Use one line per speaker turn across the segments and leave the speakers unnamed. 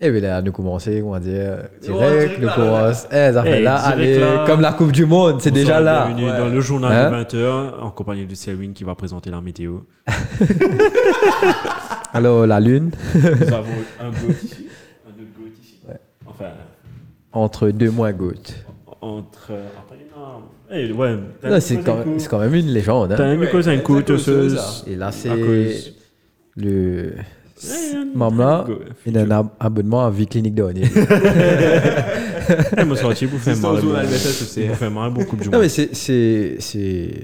Et bien Eh là, nous commençons, on va dire,
direct
direct, nous
là,
commençons. Eh, ça fait
Eh,
là, allez,
direct là.
comme la Coupe du Monde, c'est
Bonsoir
déjà
et
là.
Bienvenue dans le journal
Hein
de 20h en compagnie de Selwyn qui va présenter la météo.
Alors, la Lune,
Nous avons un goat ici, un autre goat ici. Enfin,
entre deux moins gouttes.
entre. euh, Après, non. Eh, ouais. t'as
Non,
mis
C'est
cause
quand,
un coup.
c'est quand même une légende. hein.
T'as mis
Ouais,
cause un
t'as
coup,
mis cause
tosseuse.
ça.
Et là, c'est
À cause-
le.
Eh, un-
Mamla,
go-
il a un ab- abonnement à Vie Clinique de Honey.
Eh, moi, sorti pour faire
C'est
mal.
au zoo,
bon.
là, le message, c'est-
Pour faire mal, beaucoup de gens.
Non, mais c'est. C'est. C'est.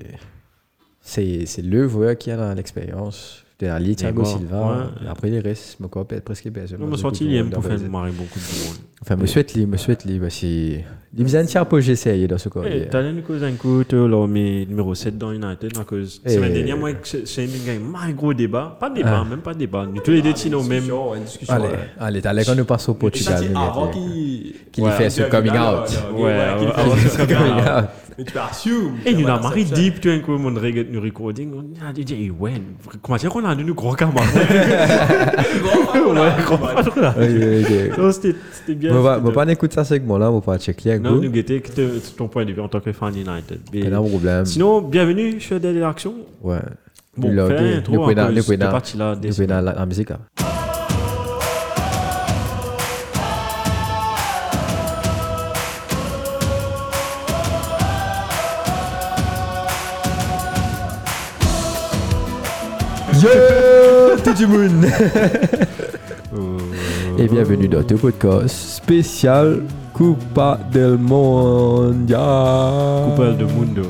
C'est, c'est le voyeur qui a dans l'expérience. De la Ligue, Thiago
bon,
Silva.
ouais.
Après, les restes, mon corps peut être presque baisé.
Non, mais sorti, il aime pour faire marrer beaucoup de gens.
Enfin, me souhaite lui, me souhaite lui, voici. bah, Il faisait un tiers pour j'essaye dans ce corps.
Eh, T'as mis cause un coup, tu l'as mis euh, numéro 7 dans United. La cause.
Eh. Ah.
Semaine dernière, moi, c'est un mal gros débat. Pas de débat, même pas de débat. Nous, tous les deux, sinon, même.
une discussion.
Allez, allez, t'as l'air qu'on nous passe au
Et ça,
Portugal.
c'est
mais
avant
allez.
qu'il
qu'il ait fait ce coming out.
Ouais, ouais, avant
qu'il
ce
fasse ce coming
coming
out.
out.
Ah,
Mais tu assumes.
Et nous, la marie deep, tu as un coup, mon reggae, nous recording. On a dit, eh, ouais, comment dire qu'on a de nous grands camarades Ouais, grands camarades.
oui, oui, oui.
Non, C'était c'était bien.
Bon, bah,
c'était
bon, pas n'écoute ça segment là, on va checker un
Non, nous
coup.
guetter que te- c'est ton point de vue en tant que fan United. Mais-
Pas de Euh, problème.
Sinon, bienvenue chez Daily Action.
Ouais.
Bon,
Nous
fais un
l'avons dit, nous
intro à
prenons-
cause
nous
de cette
prenons-
partie-là. des-
nous prenons la la musique. hein. Yeah, tout du monde. Et bienvenue dans notre podcast spécial Coupa del Mondial.
Coupe de Mundo.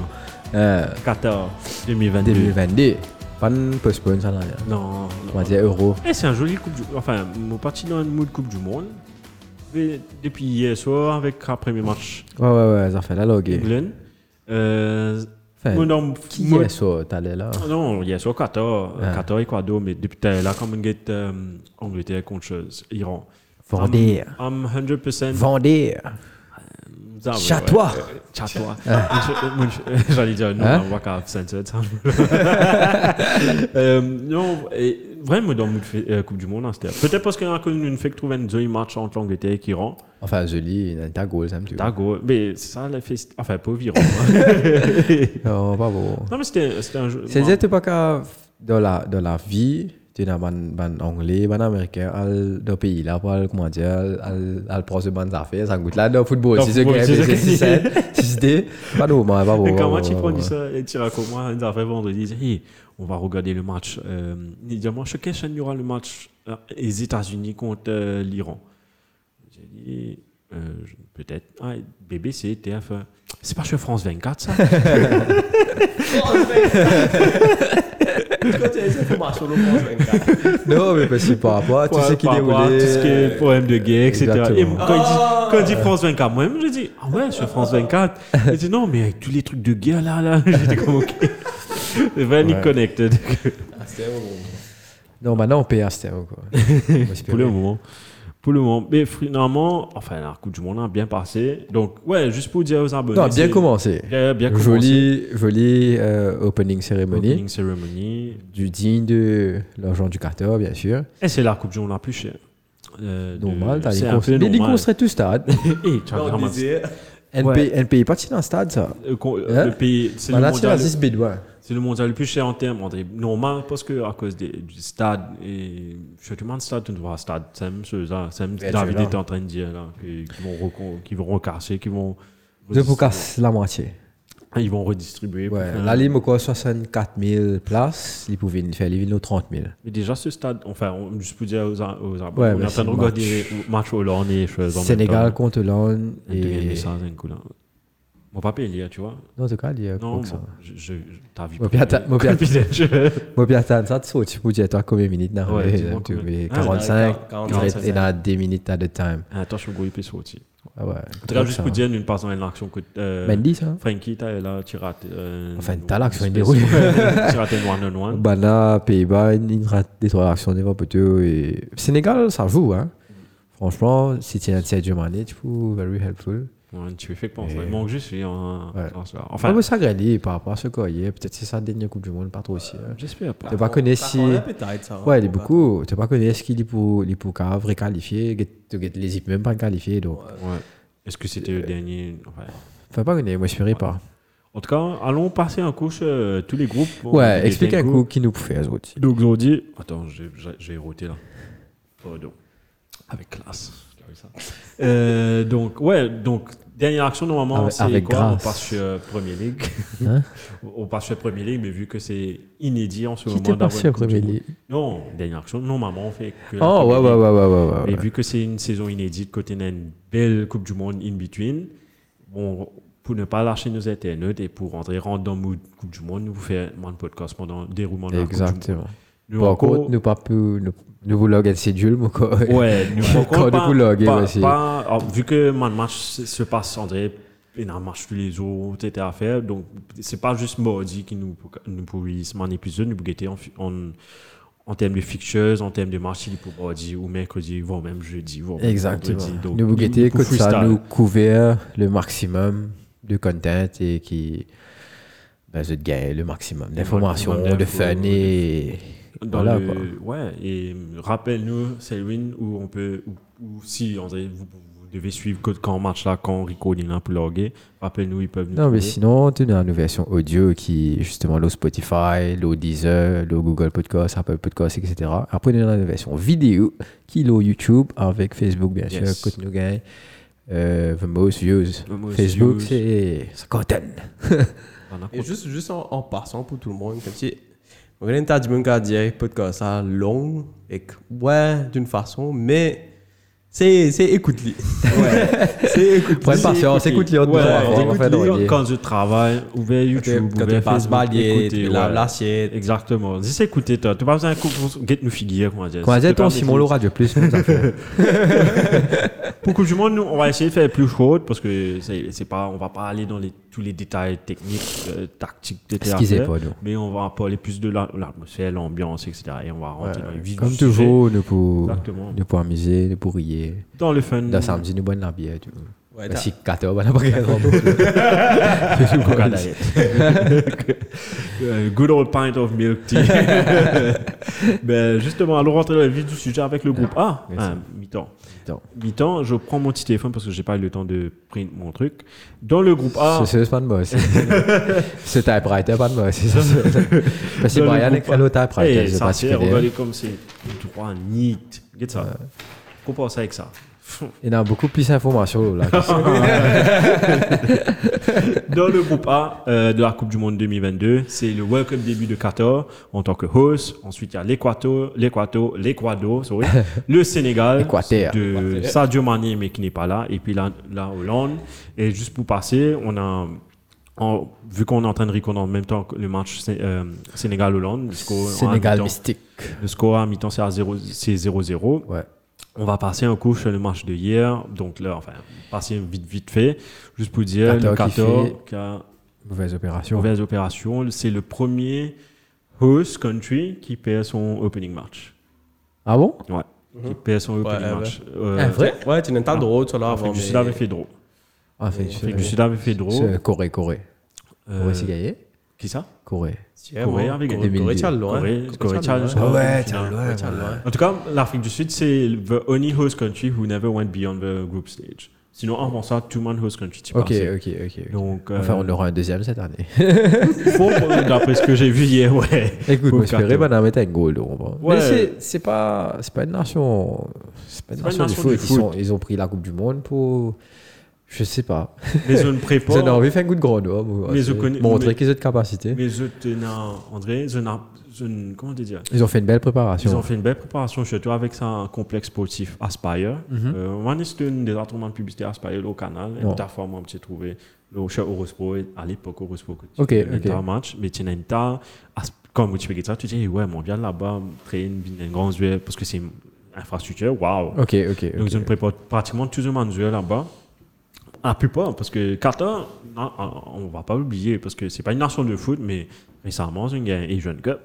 Euh,
Qatar 2022.
2022. Pas de postpone ça là.
Non. non.
On va dire euro.
Eh, c'est un joli Coupe du Enfin, mon parti dans le mood Coupe du Monde. Mais Depuis hier soir, avec un premier match
Ouais, ouais, ouais, ça fait la log.
England. Euh,
Enfin,
mon homme-
Qui
mon-
est ça, t'allais là
Ah Non, hier soir, Qatar.
Ah.
Qatar, Ecuador. Mais depuis t'es là, quand on get euh, Angleterre contre chose, Iran.
Vendée.
I'm 100%.
Vendée.
Ça, ouais,
Chatois.
ouais, ouais, Chatois. Mon ch- mon ch- J'allais dire non,
Hein?
on va qu'à absenter de ça. Euh, Non, et vraiment dans la Coupe du Monde, hein, c'était. Peut-être parce qu'on a connu une fait que trouver un joli match entre l'Angleterre et l'Iran.
Enfin, joli, il y a un tag goal, ça me tue.
Dago, mais ça, la fait. Enfin, pas au Iran. Oh,
Non, pas beau.
Non, mais c'était c'était un jeu.
C'est-à-dire, tu pas qu'à. Dans la, dans la vie, tu es un ban anglais, ban américain, al- dans le pays là, pour aller, comment dire, al- al al prendre ce ban affaires, ça goûte là, dans le football.
Dans
Si
le
c'est
football,
que
c'est ce
c'est
qu'il
si
dit.
c'est- si c'était. Pas de moment, pas beau.
Et comment
pas
tu
beau,
prends
pas beau.
ça et tu racontes moi, ils arrivent vendredi, ils disent, Hey, on va regarder le match. Euh, ils disent, moi, je sais qu'il y aura le match euh, les États-Unis contre euh, l'Iran. J'ai dit, euh, je- peut-être, ah, BBC, TF1. C'est pas chez France 24, ça
Quand tu as les informations, le France 24.
Non, mais parce que par rapport à tout ce qui
Par rapport à
déroulait.
Tout ce qui est poème de guerre, etc.
Exactement.
Et moi, quand, il dit, quand il dit France 24, moi-même, je dis, ah ouais, sur France 24. Il dit, non, mais avec tous les trucs de guerre, là, là, j'étais comme, ok. Very
Ouais.
connected.
Ah, Non, maintenant, on paye à Stéo, quoi.
Pour le moment. Pour le moment. Mais finalement, enfin, la Coupe du Monde a bien passé. Donc, ouais, juste pour dire aux abonnés.
Non, bien
c'est-
commencé.
Bien, bien commencé.
Jolie, jolie euh, opening cérémonie.
Opening ceremony.
Du digne de l'argent du carter, bien sûr.
Et c'est la Coupe du Monde la plus chère. Euh, de-
Normal, t'as
c'est
les
un
cons-
peu
Mais les
normal.
construits tout stade.
Eh, tu as
Là,
vraiment-
on disait.
NP, NPI parti d'un stade, ça.
Euh, qu'on-
Hein?
Le pays, c'est le
Voilà, c'est la
mondial.
10 bédouin.
C'est le mondial le plus cher en termes, André. Normal, parce que à cause des, du stade, et je te demande stade, tu ne vois stade, c'est même ce, ça, c'est même
Bien
David
sûr, là.
était en train de dire, là, que- qu'ils vont, recon- qu'ils vont recasser, qu'ils vont.
Je vous casse la moitié.
Ah, Ils vont redistribuer. pour
Ouais.
faire-
Là, il me coûte 64 000 places. Ils pouvaient faire les villes nos 30 000.
Mais déjà, ce stade, enfin, on, juste pour dire aux, ar- aux arbres,
Ouais,
on est
mais
en train de
c'est
regarder les matchs Hollande et choses en même
Sénégal
temps.
contre Hollande.
Et de gagner
Et...
ça, c'est un coup là. Mon papa est lié, tu vois.
Non, en tout cas, il y a
Non,
quoi que ça.
bon, je, je, ta vie.
Mon père t'a- mon père-
je...
Moi, puis attends, ça, tu sais, tu peux dire, toi, combien de minutes non,
Ouais,
mais,
dis-moi
tu
combien.
mets
Ah,
45,
dans- 45,
et dans 10 minutes, t'as de time.
Attends, je suis gros épais sorti.
Ah ouais.
En tout cas, juste
ça.
pour dire, une passe dans l'action que. Euh,
Mendy, ça.
Frankie, t'as là, tu rates. euh,
Enfin,
une-
t'as l'action,
une
il déroule.
spéciale. Tu rates un one-on-one.
Bana, Pays-Bas, une rate des trois actions devant Poteau et Sénégal, ça joue. Hein. Franchement, si tu es un tiers du mané, tu peux very helpful.
Ouais, tu fais penser.
Mais-
Il manque juste lui, un-
Ouais. Ah,
un soir.
Enfin,
Enfin,
mais ça grandit par rapport à ce qu'il y a. Peut-être c'est sa dernière Coupe du Monde, pas trop aussi. hein.
j'espère pas.
T'es pas connu si.
hein.
Ouais, il est beaucoup. T'es pas connu est-ce qu'il est pour les pour qu'à vrai qualifié. Tu les équipes même pas qualifiés. Donc,
Ouais. Est-ce que c'était le
Euh,
dernier Ouais.
enfin, pas connu, moi, je ferai pas.
En tout cas, allons passer un coup sur euh, tous les groupes. On a
Ouais,
fait
explique
quelques
un
groupes.
coup qui nous pouvait, les autres.
Donc ils ont dit, attends, j'ai- j'ai j'ai roté là. Pardon. Avec classe. j'ai vu ça. Euh, donc ouais, donc dernière action normalement
Avec-
c'est
avec
quoi
grâce.
On passe sur euh, Premier League.
Hein
on passe sur Premier League, mais vu que c'est inédit en ce
Qui
moment.
t'es passé au
d'avoir une
Premier
Coupe du
League
Monde. Non, dernière action normalement on fait. Que la
Oh, ouais,
Premier
ouais,
League.
ouais, ouais, ouais,
Et
ouais.
vu que c'est une saison inédite, côté a une belle Coupe du Monde in between, bon, pour ne pas lâcher nos internautes et pour rentrer dans le mood Coupe du Monde, nous faire un podcast pendant le déroulement de la Coupe du Monde.
Exactement.
Nous,
Par
encore-
contre, nous pas pu. Nous nous voulons gagner cédule, mon corps.
Ouais, nous
Ouais.
encore
Quand
pas-
du Goulag,
pas-
ouais, c'est-
pas- alors, vu que Man Match se se passe, André, il y a un match tous les jours, etc. à faire. Donc, c'est pas juste mardi qui nous, nous publie mon épisode, nous guetter en, fi- en, en termes de fixtures, en termes de match, il est pour mardi ou mercredi, voire même jeudi. voire même vendredi.
Exactement.
Donc,
Nous vous guettez,
pour
comme ça,
freestyle.
nous couvert le maximum de content et qui. Ben, vous gagnez le maximum d'informations,
maximum
de
d'infos,
fun et.
Dans
voilà,
le-
quoi.
ouais, et rappelle-nous, Selwyn, où on peut, où, où si André, vous, vous devez suivre que- quand match là, quand Rico il est là pour loguer, rappelle-nous, ils peuvent nous.
Non, mais
trouver.
sinon, tu as une version audio qui, justement, le Spotify, le Deezer, le Google Podcast, Apple Podcast, etc. Après, nous avons une version vidéo qui est YouTube avec Facebook, bien
Yes.
sûr, que nous gagnons. Euh, the most views.
The most
Facebook,
views.
c'est c'est content.
On a
Et juste, juste en, en passant pour tout le monde, comme si. On a une tas de monde qui a dit podcast ça long, et que, ouais, d'une façon, mais c'est c'est écoute-le. c'est écoute-le.
Prends patience, écoute les autres
Ouais,
deux, on va voir, on va
écoute
faire
les
drôle.
Quand-
idée.
Quand je travaille, ouvert YouTube,
Quand tu
ouvert
passes
Facebook,
balayer,
écoutez,
tu laves
ouais.
l'assiette.
Exactement. Dis écoutez, toi, tu pas besoin de get nous figuier, comment dire.
Comment
Si
dire
t'as
ton
pas
Simon
des-
Laura de plus nous a fait.
Pour Coupe du Monde, nous, on va essayer de faire plus chaud parce que c'est c'est pas, on va pas aller dans les, tous les détails techniques, euh, tactiques, etc.
Ce qu'ils aient pas, nous.
Mais on va parler plus de la- l'atmosphère, l'ambiance, etc. Et on va rentrer dans le vif
Comme
du sujet.
toujours, nous pour,
Exactement. Mm.
nous pour amuser, nous pour rire.
Dans le fun.
Dans samedi, nous boire de la bière. tu vois.
Ouais,
Ben,
t'as-
Si 4 heures, on n'a pas gagné grand chose.
Coca Diet. Euh, Good old pint of milk tea. ben justement, allons rentrer dans le vif du sujet avec le groupe A.
Yes.
Ah, mi-temps.
Attends.
Mi-temps, je prends mon petit téléphone parce que j'ai pas eu le temps de print mon truc. Dans le groupe A,
C'est c'est pas de moi. c'est- Ce typewriter, pas de moi. c'est ça, c'est- Parce que
Dans le
Brian
groupe
est très low typewriter.
hey,
Je sais pas si
Eh, sortir,
tu connais.
regardez comme c'est droit, neat. Get ça. Compare ça avec ça.
Il y en a beaucoup plus d'informations là.
Dans le groupe A euh, de la Coupe du Monde 2022, c'est le World Cup début de Qatar en tant que host. Ensuite, il y a l'Équateur, l'Équateur, l'Équateur, sorry, le Sénégal
Équateur.
de Sadio Mané, mais qui n'est pas là. Et puis la, la Hollande. Et juste pour passer, on a en- vu qu'on est en train de recorder en même temps que le match Sé- euh, Sénégal-Hollande. le score à
Sénégal
mi-temps-
mystique.
Le score à mi-temps, c'est à 0 c'est 0-0.
Ouais.
On va passer un coup sur le match de hier. Donc là, enfin, passer vite, vite fait. Juste pour dire,
Qatar
le
qui
Qatar
fait-
qui a
Mauvaise opération.
mauvaise opération. C'est le premier host country qui perd son opening match.
Ah bon
Ouais. Qui perd son opening
Mhm. ouais.
match. Euh,
Ah, vrai
Ouais, tu n'as pas de route sur là
L'Afrique
avant.
du
mais-
Sud avait fait drôle.
Ah, fait
L'Afrique du Sud avait fait drôle.
C'est Corée, Corée.
Euh,
Corée, c'est gagné
qui ça
Corée.
Si, ouais,
Corée
ouais,
avait
Corée-
gagné.
Corée, t'as le droit, hein.
Corée- Corée, t'as le
t'as le
droit.
droit.
ouais,
tiens,
Corée, t'as le droit.
En tout cas, l'Afrique du Sud, c'est the only host country who never went beyond the group stage. Sinon, avant ça, two-man host country. tu
Ok,
passais.
ok, ok. ok.
Donc, euh,
Enfin, on aura un deuxième cette année.
Faut, d'après ce que j'ai vu hier, ouais.
Écoute,
Pauvre
moi, espérer
Carter.
pas d'en mettre un goal, donc, bon.
Ouais.
Mais c'est- c'est pas, c'est pas une nation, c'est pas une nation, du foot. Ils, sont- ils ont pris la Coupe du Monde pour, je sais pas.
Mais zones prépa.
Ils ont envie de faire un goût de grand homme. ou-
Mais je
c'est-
connais-
hein, Montrer
mais-
qu'ils ont de capacité.
Mais je tenais, à- André, je n'ai- je ne- comment te dire
Ils ont fait une belle
Ils
préparation.
ont fait une belle préparation chez toi avec un complexe sportif Aspire.
Mhm.
Euh, One is une des autres de publicité Aspire au canal.
Ouais.
Et ta forme, tu trouvé le chez Eurosport, à l'époque Eurosport, que tu
Ok,
faisais
ok.
ta match, mais tu n'as pas, comme tu fais ça, tu dis, ouais, mais on vient là-bas, créer une, une grande zone, parce que c'est une infrastructure, waouh.
Ok, ok.
Donc,
ok.
je ne prépare pratiquement tous les manuels là-bas. Ah, La plupart, hein, parce que Qatar, non, ah, on ne va pas oublier, parce que c'est pas une nation de foot, mais récemment, ils ont gagné Asian Cup.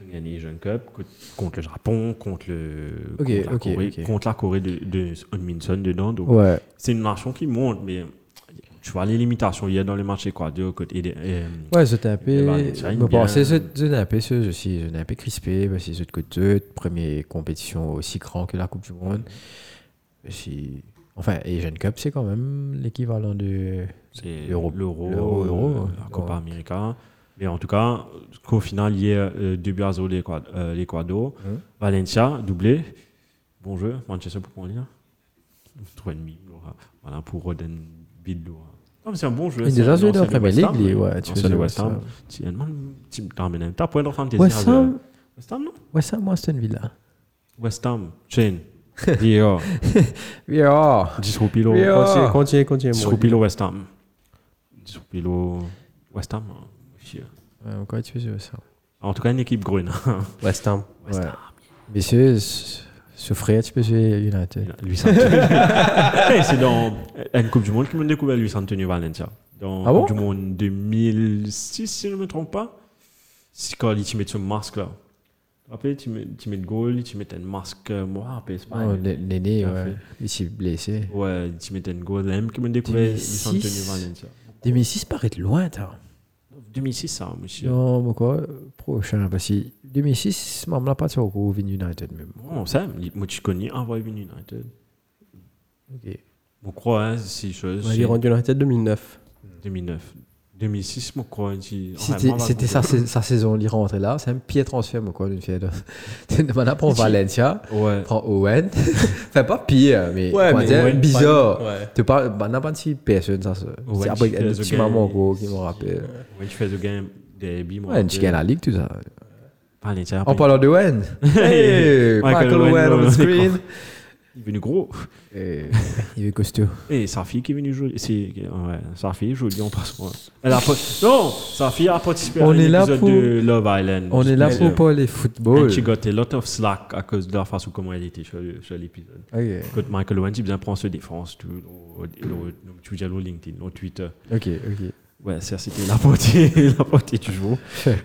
Ils ont gagné Asian Cup co- contre le Japon, contre, le,
Ok,
contre, la,
ok,
Corée,
ok.
contre la Corée de, de Hunminson dedans. Donc,
Ouais.
C'est une nation qui monte, mais tu vois les limitations il y a dans les matchs équateur côté et, euh,
Ouais, je t'ai un peu.
Eh ben, ça
Je
aime bien.
pense que je un peu ce, je suis je suis un peu crispé bah, parce que je te coûte deux, première compétition aussi grand que la Coupe du Monde. Je suis- Enfin, Asian Cup, c'est quand même l'équivalent de.
c'est
L'Euro.
l'euro,
L'Euro, Euro,
euh,
ouais.
la Copa
Ouais.
América. Mais en tout cas, qu'au final, il y a euh, 2 buts à 0 l'Équad- euh, l'Équador.
Mhm.
Valencia, doublé. Bon jeu. Manchester pour combien 3,5. Laura. Voilà, pour Roden Bildo. Non, mais c'est un bon jeu.
Il est
C'est
déjà
un
joué dans la
ancien de
Premier
West
League,
Ham.
lui, ouais.
Ancien de West Ham. euh, Tu as demandé, tu t'emmènes. T'as point d'enfant, t'es
West
zéro,
Ham,
euh, West Ham, non
West Ham, Aston Villa.
West Ham, Chain, Dio,
Yeah.
Disrupilo.
Rio.
Continue, continue, continue. mon
Disrupilo, West Ham. Disrupilo, West Ham. hein. Chier.
Ouais, Pourquoi tu fais ça
En tout cas, une équipe brune. hein.
gars. West Ham.
Ouais. Messieurs, s- souffrir, tu peux jouer United.
Luis Antonio. Eh, c'est dans une Coupe du Monde qui m'a découvert Luis Antonio Valencia. Dans
Ah bon
Coupe du Monde 2006, si je ne me trompe pas. C'est quand il te met ce masque-là. Après, tu mets, tu mets de goal, tu mets un masque euh, moi, après Espagne.
Oh, l'é- L'aîné,
Tout à
ouais. Il s'est blessé.
Ouais, tu mets un goal. Là, même qui m'a découvert Luis
2006.
Antonio Valencia.
2006 paraît loin, t'as.
2006, ça, monsieur.
Non, mais quoi, prochain, parce que 2006, même là, pas sur au Vin United, même.
Bon, ça, moi, tu connais avant United.
Ok.
Je crois, hein, si je.
Il est rendu dans la tête 2009.
2009. 2006, je crois. si- enfin,
C'était
moi, bah,
c'était sa, sais- sa saison, il rentre là, c'est un pied transfert, mais quoi, d'une fille de. de- Maintenant, prend Valencia,
Ouais.
prend Owen. enfin, pas pire, mais.
Ouais,
on
mais
dirait
Owen,
bizarre.
ouais.
Tu parles, maintenant, pas de si personne, ça. ça.
Owen,
C'est après,
qui
un
fait The
petit
Game,
maman, quoi,
il-
qui me rappelle.
Oui, je fais le game des bim.
Ouais, tu gagnes la ligue, tout ça.
Par l'intérieur.
En parlant de Owen. Hey,
Michael
Michael
Owen,
Owen on the
euh,
screen.
Il est venu gros.
Et il est costaud.
Et sa fille qui est venue jouer. C'est, ouais, sa fille joue en passant. Elle a pas- non, sa fille a participé
On
à
est là
l'épisode
pour-
de Love Island.
On est là
Mais,
pour
euh,
parler
and
football.
She got a lot of slack à cause de la façon comment elle était sur, le- sur l'épisode.
Ok,
Quand Michael Owen, il bien prend se défense, tout, au- au- au- tu dis au LinkedIn, au Twitter.
ok, ok.
Ouais, ça c'était la portée, la portée du jour.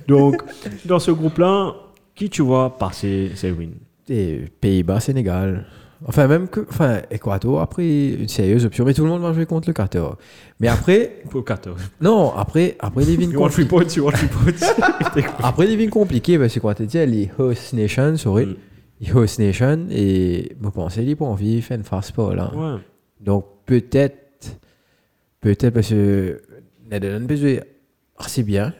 Donc, dans ce groupe-là, qui tu vois passer, c'est win.
Et Pays-Bas, Sénégal. Enfin, même que. Enfin, Équateur a pris une sérieuse option, mais tout le monde va jouer contre le Qatar. Mais après.
Pour 14.
non, après, après les vignes
You want three
compliquées.
points, you want three points.
Après les vignes compliquées, parce que quand tu dis les host nations, sorry.
Mm.
Les host nations, et je pensais qu'ils pas envie de faire une farce pas là.
Ouais.
Donc peut-être, peut-être parce que Netherlands peut jouer assez bien,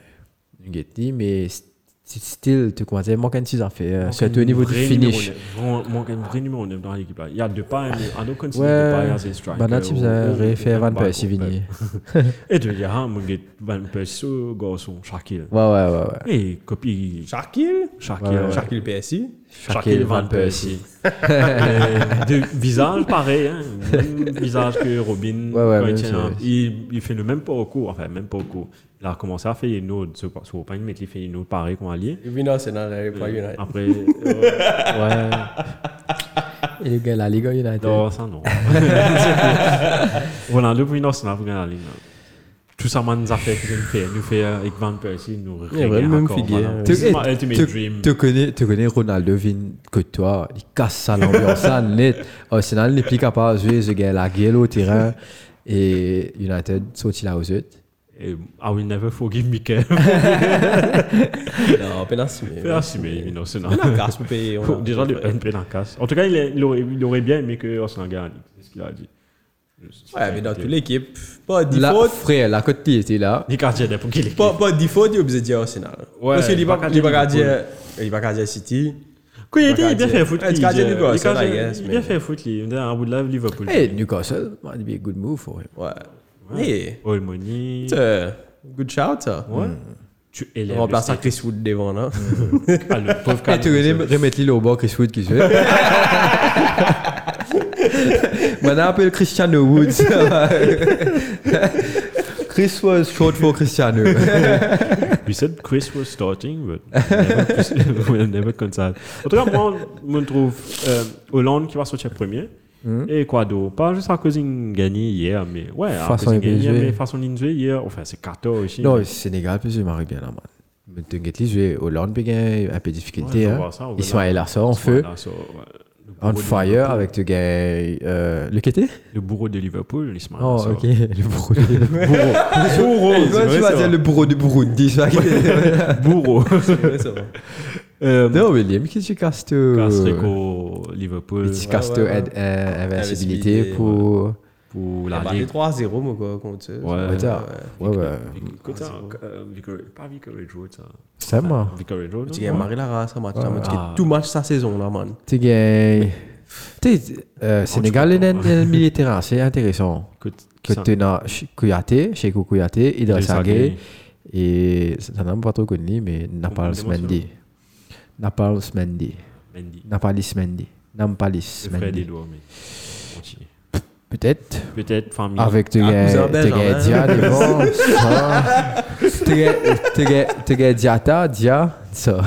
Nuggetty, mais st- still, tu comprends, il manque un petit affaire, surtout au Euh, niveau du
Vrai
finish.
numéro neuf. Vraiment, Manque un vrai numéro 9 dans l'équipe là. Il y a deux pas, mais à nos consignes, deux pas, il
Ouais,
y a des euh, strikers.
bah là, tu
Ou-
faisais
ou-
refaire
ou-
Van
ou-
Persie
ou-
Vigny.
Et tu dis, ah, mon gars, Van Persie, Gorson, Shaquille.
Ouais, ouais, ouais. ouais.
Et copie
Shaquille.
Shaquille.
Ouais, ouais.
Shaquille
Shaquille.
PSI.
Shaquille Van Persie. Euh, de visage pareil, hein, même visage que Robin.
Ouais, ouais,
quand il,
même
tient un-
service.
il, il fait le même pas au coup, enfin même pas au coup. Il a commencé à faire une autre, sur sur Open, mais il fait une autre pareil qu'on a lié.
Oui, non, c'est dans la Point United.
Après,
ouais.
euh,
Et le gars, la Ligue United.
non, ça non. voilà, le premier c'est la première ligne. Tout ça, man, ça fait que nous fait, nous fait euh, avec Van Persie, nous
Ouais,
regarde
même
encore,
figure.
voilà.
Tu
C'est
eh,
ma ultimate dream.
tu- tu connais, tu connais Ronaldo Vin que toi, il casse ça l'ambiance, ça net. Arsenal n'est plus capable de jouer, ce gars, la gueule au terrain. Et United sorti là aux autres.
Et I will never forgive Mikel.
Non, peine assumé.
Fais assumer, mais non, c'est non.
La casse pour payer. on a-
Déjà, le NP dans casse. En tout cas, il, est- il aurait, il aurait bien aimé que Arsenal gagne. C'est ce qu'il a dit.
Ouais, mais dans toute l'équipe, pas de
La,
faute.
frère, la côte qui était là.
Les gardiens d'air pour qu'il est.
Pas, pas de faute, il est obligé de dire Arsenal.
Ouais,
Parce qu'il
il
va
va
pas
pas
il va pas
dire
dire il va pas dire City.
Quand il
Le
était, il a bien
gardien.
fait foot.
Ouais, le
lui,
gardien
il
du
dit,
gosse,
le gardien,
I guess,
Il a
mais-
bien fait foot, lui. Il est à bout de lave, Liverpool.
Hey, Newcastle, might be a good move for him.
Ouais.
Ouais.
Hey,
Oh, Money.
euh, good shout. ça.
Ouais. Tu élèves.
On remplace
le
à Chris Wood devant là.
stade. Ah, le pauvre
Et tu connais,
Carlos.
remettre-le au bord, Chris Wood qui se fait. Maintenant, appelle Cristiano Woods. Chris was short for Cristiano.
We said Chris was starting, but never- we'll never concede. En tout cas, moi, je me trouve euh, Hollande qui va sortir premier.
Hmm.
Mhm.
Et Ecuador, pas juste à cause d'une gagnée hier, mais ouais, à
Façon
cause d'une gagnée,
d'injouer.
mais façon d'une jouer hier, enfin c'est 14 aussi.
non,
mais-
le Sénégal, puis je m'arrive bien là, man. Mais tu sais, Hollande, puis il y a un peu de
Ouais,
difficulté.
on
hein.
voit ça, on voit
Ismaël Arsa en
Ismaël
feu.
Assar, ouais. euh, le bourreau
On
de
fire
Liverpool-
avec the guy. euh, le KT
Le bourreau de Liverpool, il se marie.
Oh,
ça.
ok. Le bourreau. Le bourreau.
Bourreau,
Tu
c'est
vois,
vrai,
tu vas
ça.
dire le bourreau du Burundi. ça.
Bourreau.
C'est vrai, ça va.
Euh,
Non, William, qu'est-ce que tu casses tout
Castrico, Liverpool,
Tu
Ouais,
casses
ouais,
tout
ouais.
ad- euh,
Invincibilité,
invincibilité pour.
pour
On
la
parlait
Ligue.
3-0, moi, quoi, contre eux.
Ouais.
Ouais, t'as- Ouais, ouais.
Ah,
Vic-
c'est
Côté-
bon.
euh, Vicarage- Pas Vicarage Road, ça.
C'est moi.
Vicarage Road.
Tu
Ah, non?
gagnes Marie Lara, ça match.
Ouais,
là, man. Tu
ouais. Ah.
gagnes tout match sa saison, là, man.
Tu gagnes. Tu sais, euh, Sénégal,
comprends.
il y a un- un milieu de terrain, c'est intéressant.
Côté-
Que
ça-
tu as Kouyaté, Cheikh Kouyaté, Idriss
Idrissa
Gueye.
Gueye.
Et ça n'a pas trop connu, mais Napal
Complément,
Smendi. Napal Smendi.
Mendy.
Napalis Mendy. Nampalis
Le frère
Mendy.
d'Edouard, mais. on s'y-
Peut-être.
Peut-être famille.
Avec te
Ah, cousin
gars
belge,
te gars
hein.
Dia devant. ça. Te gars- te gars- te gars Diata, Dia. Ça.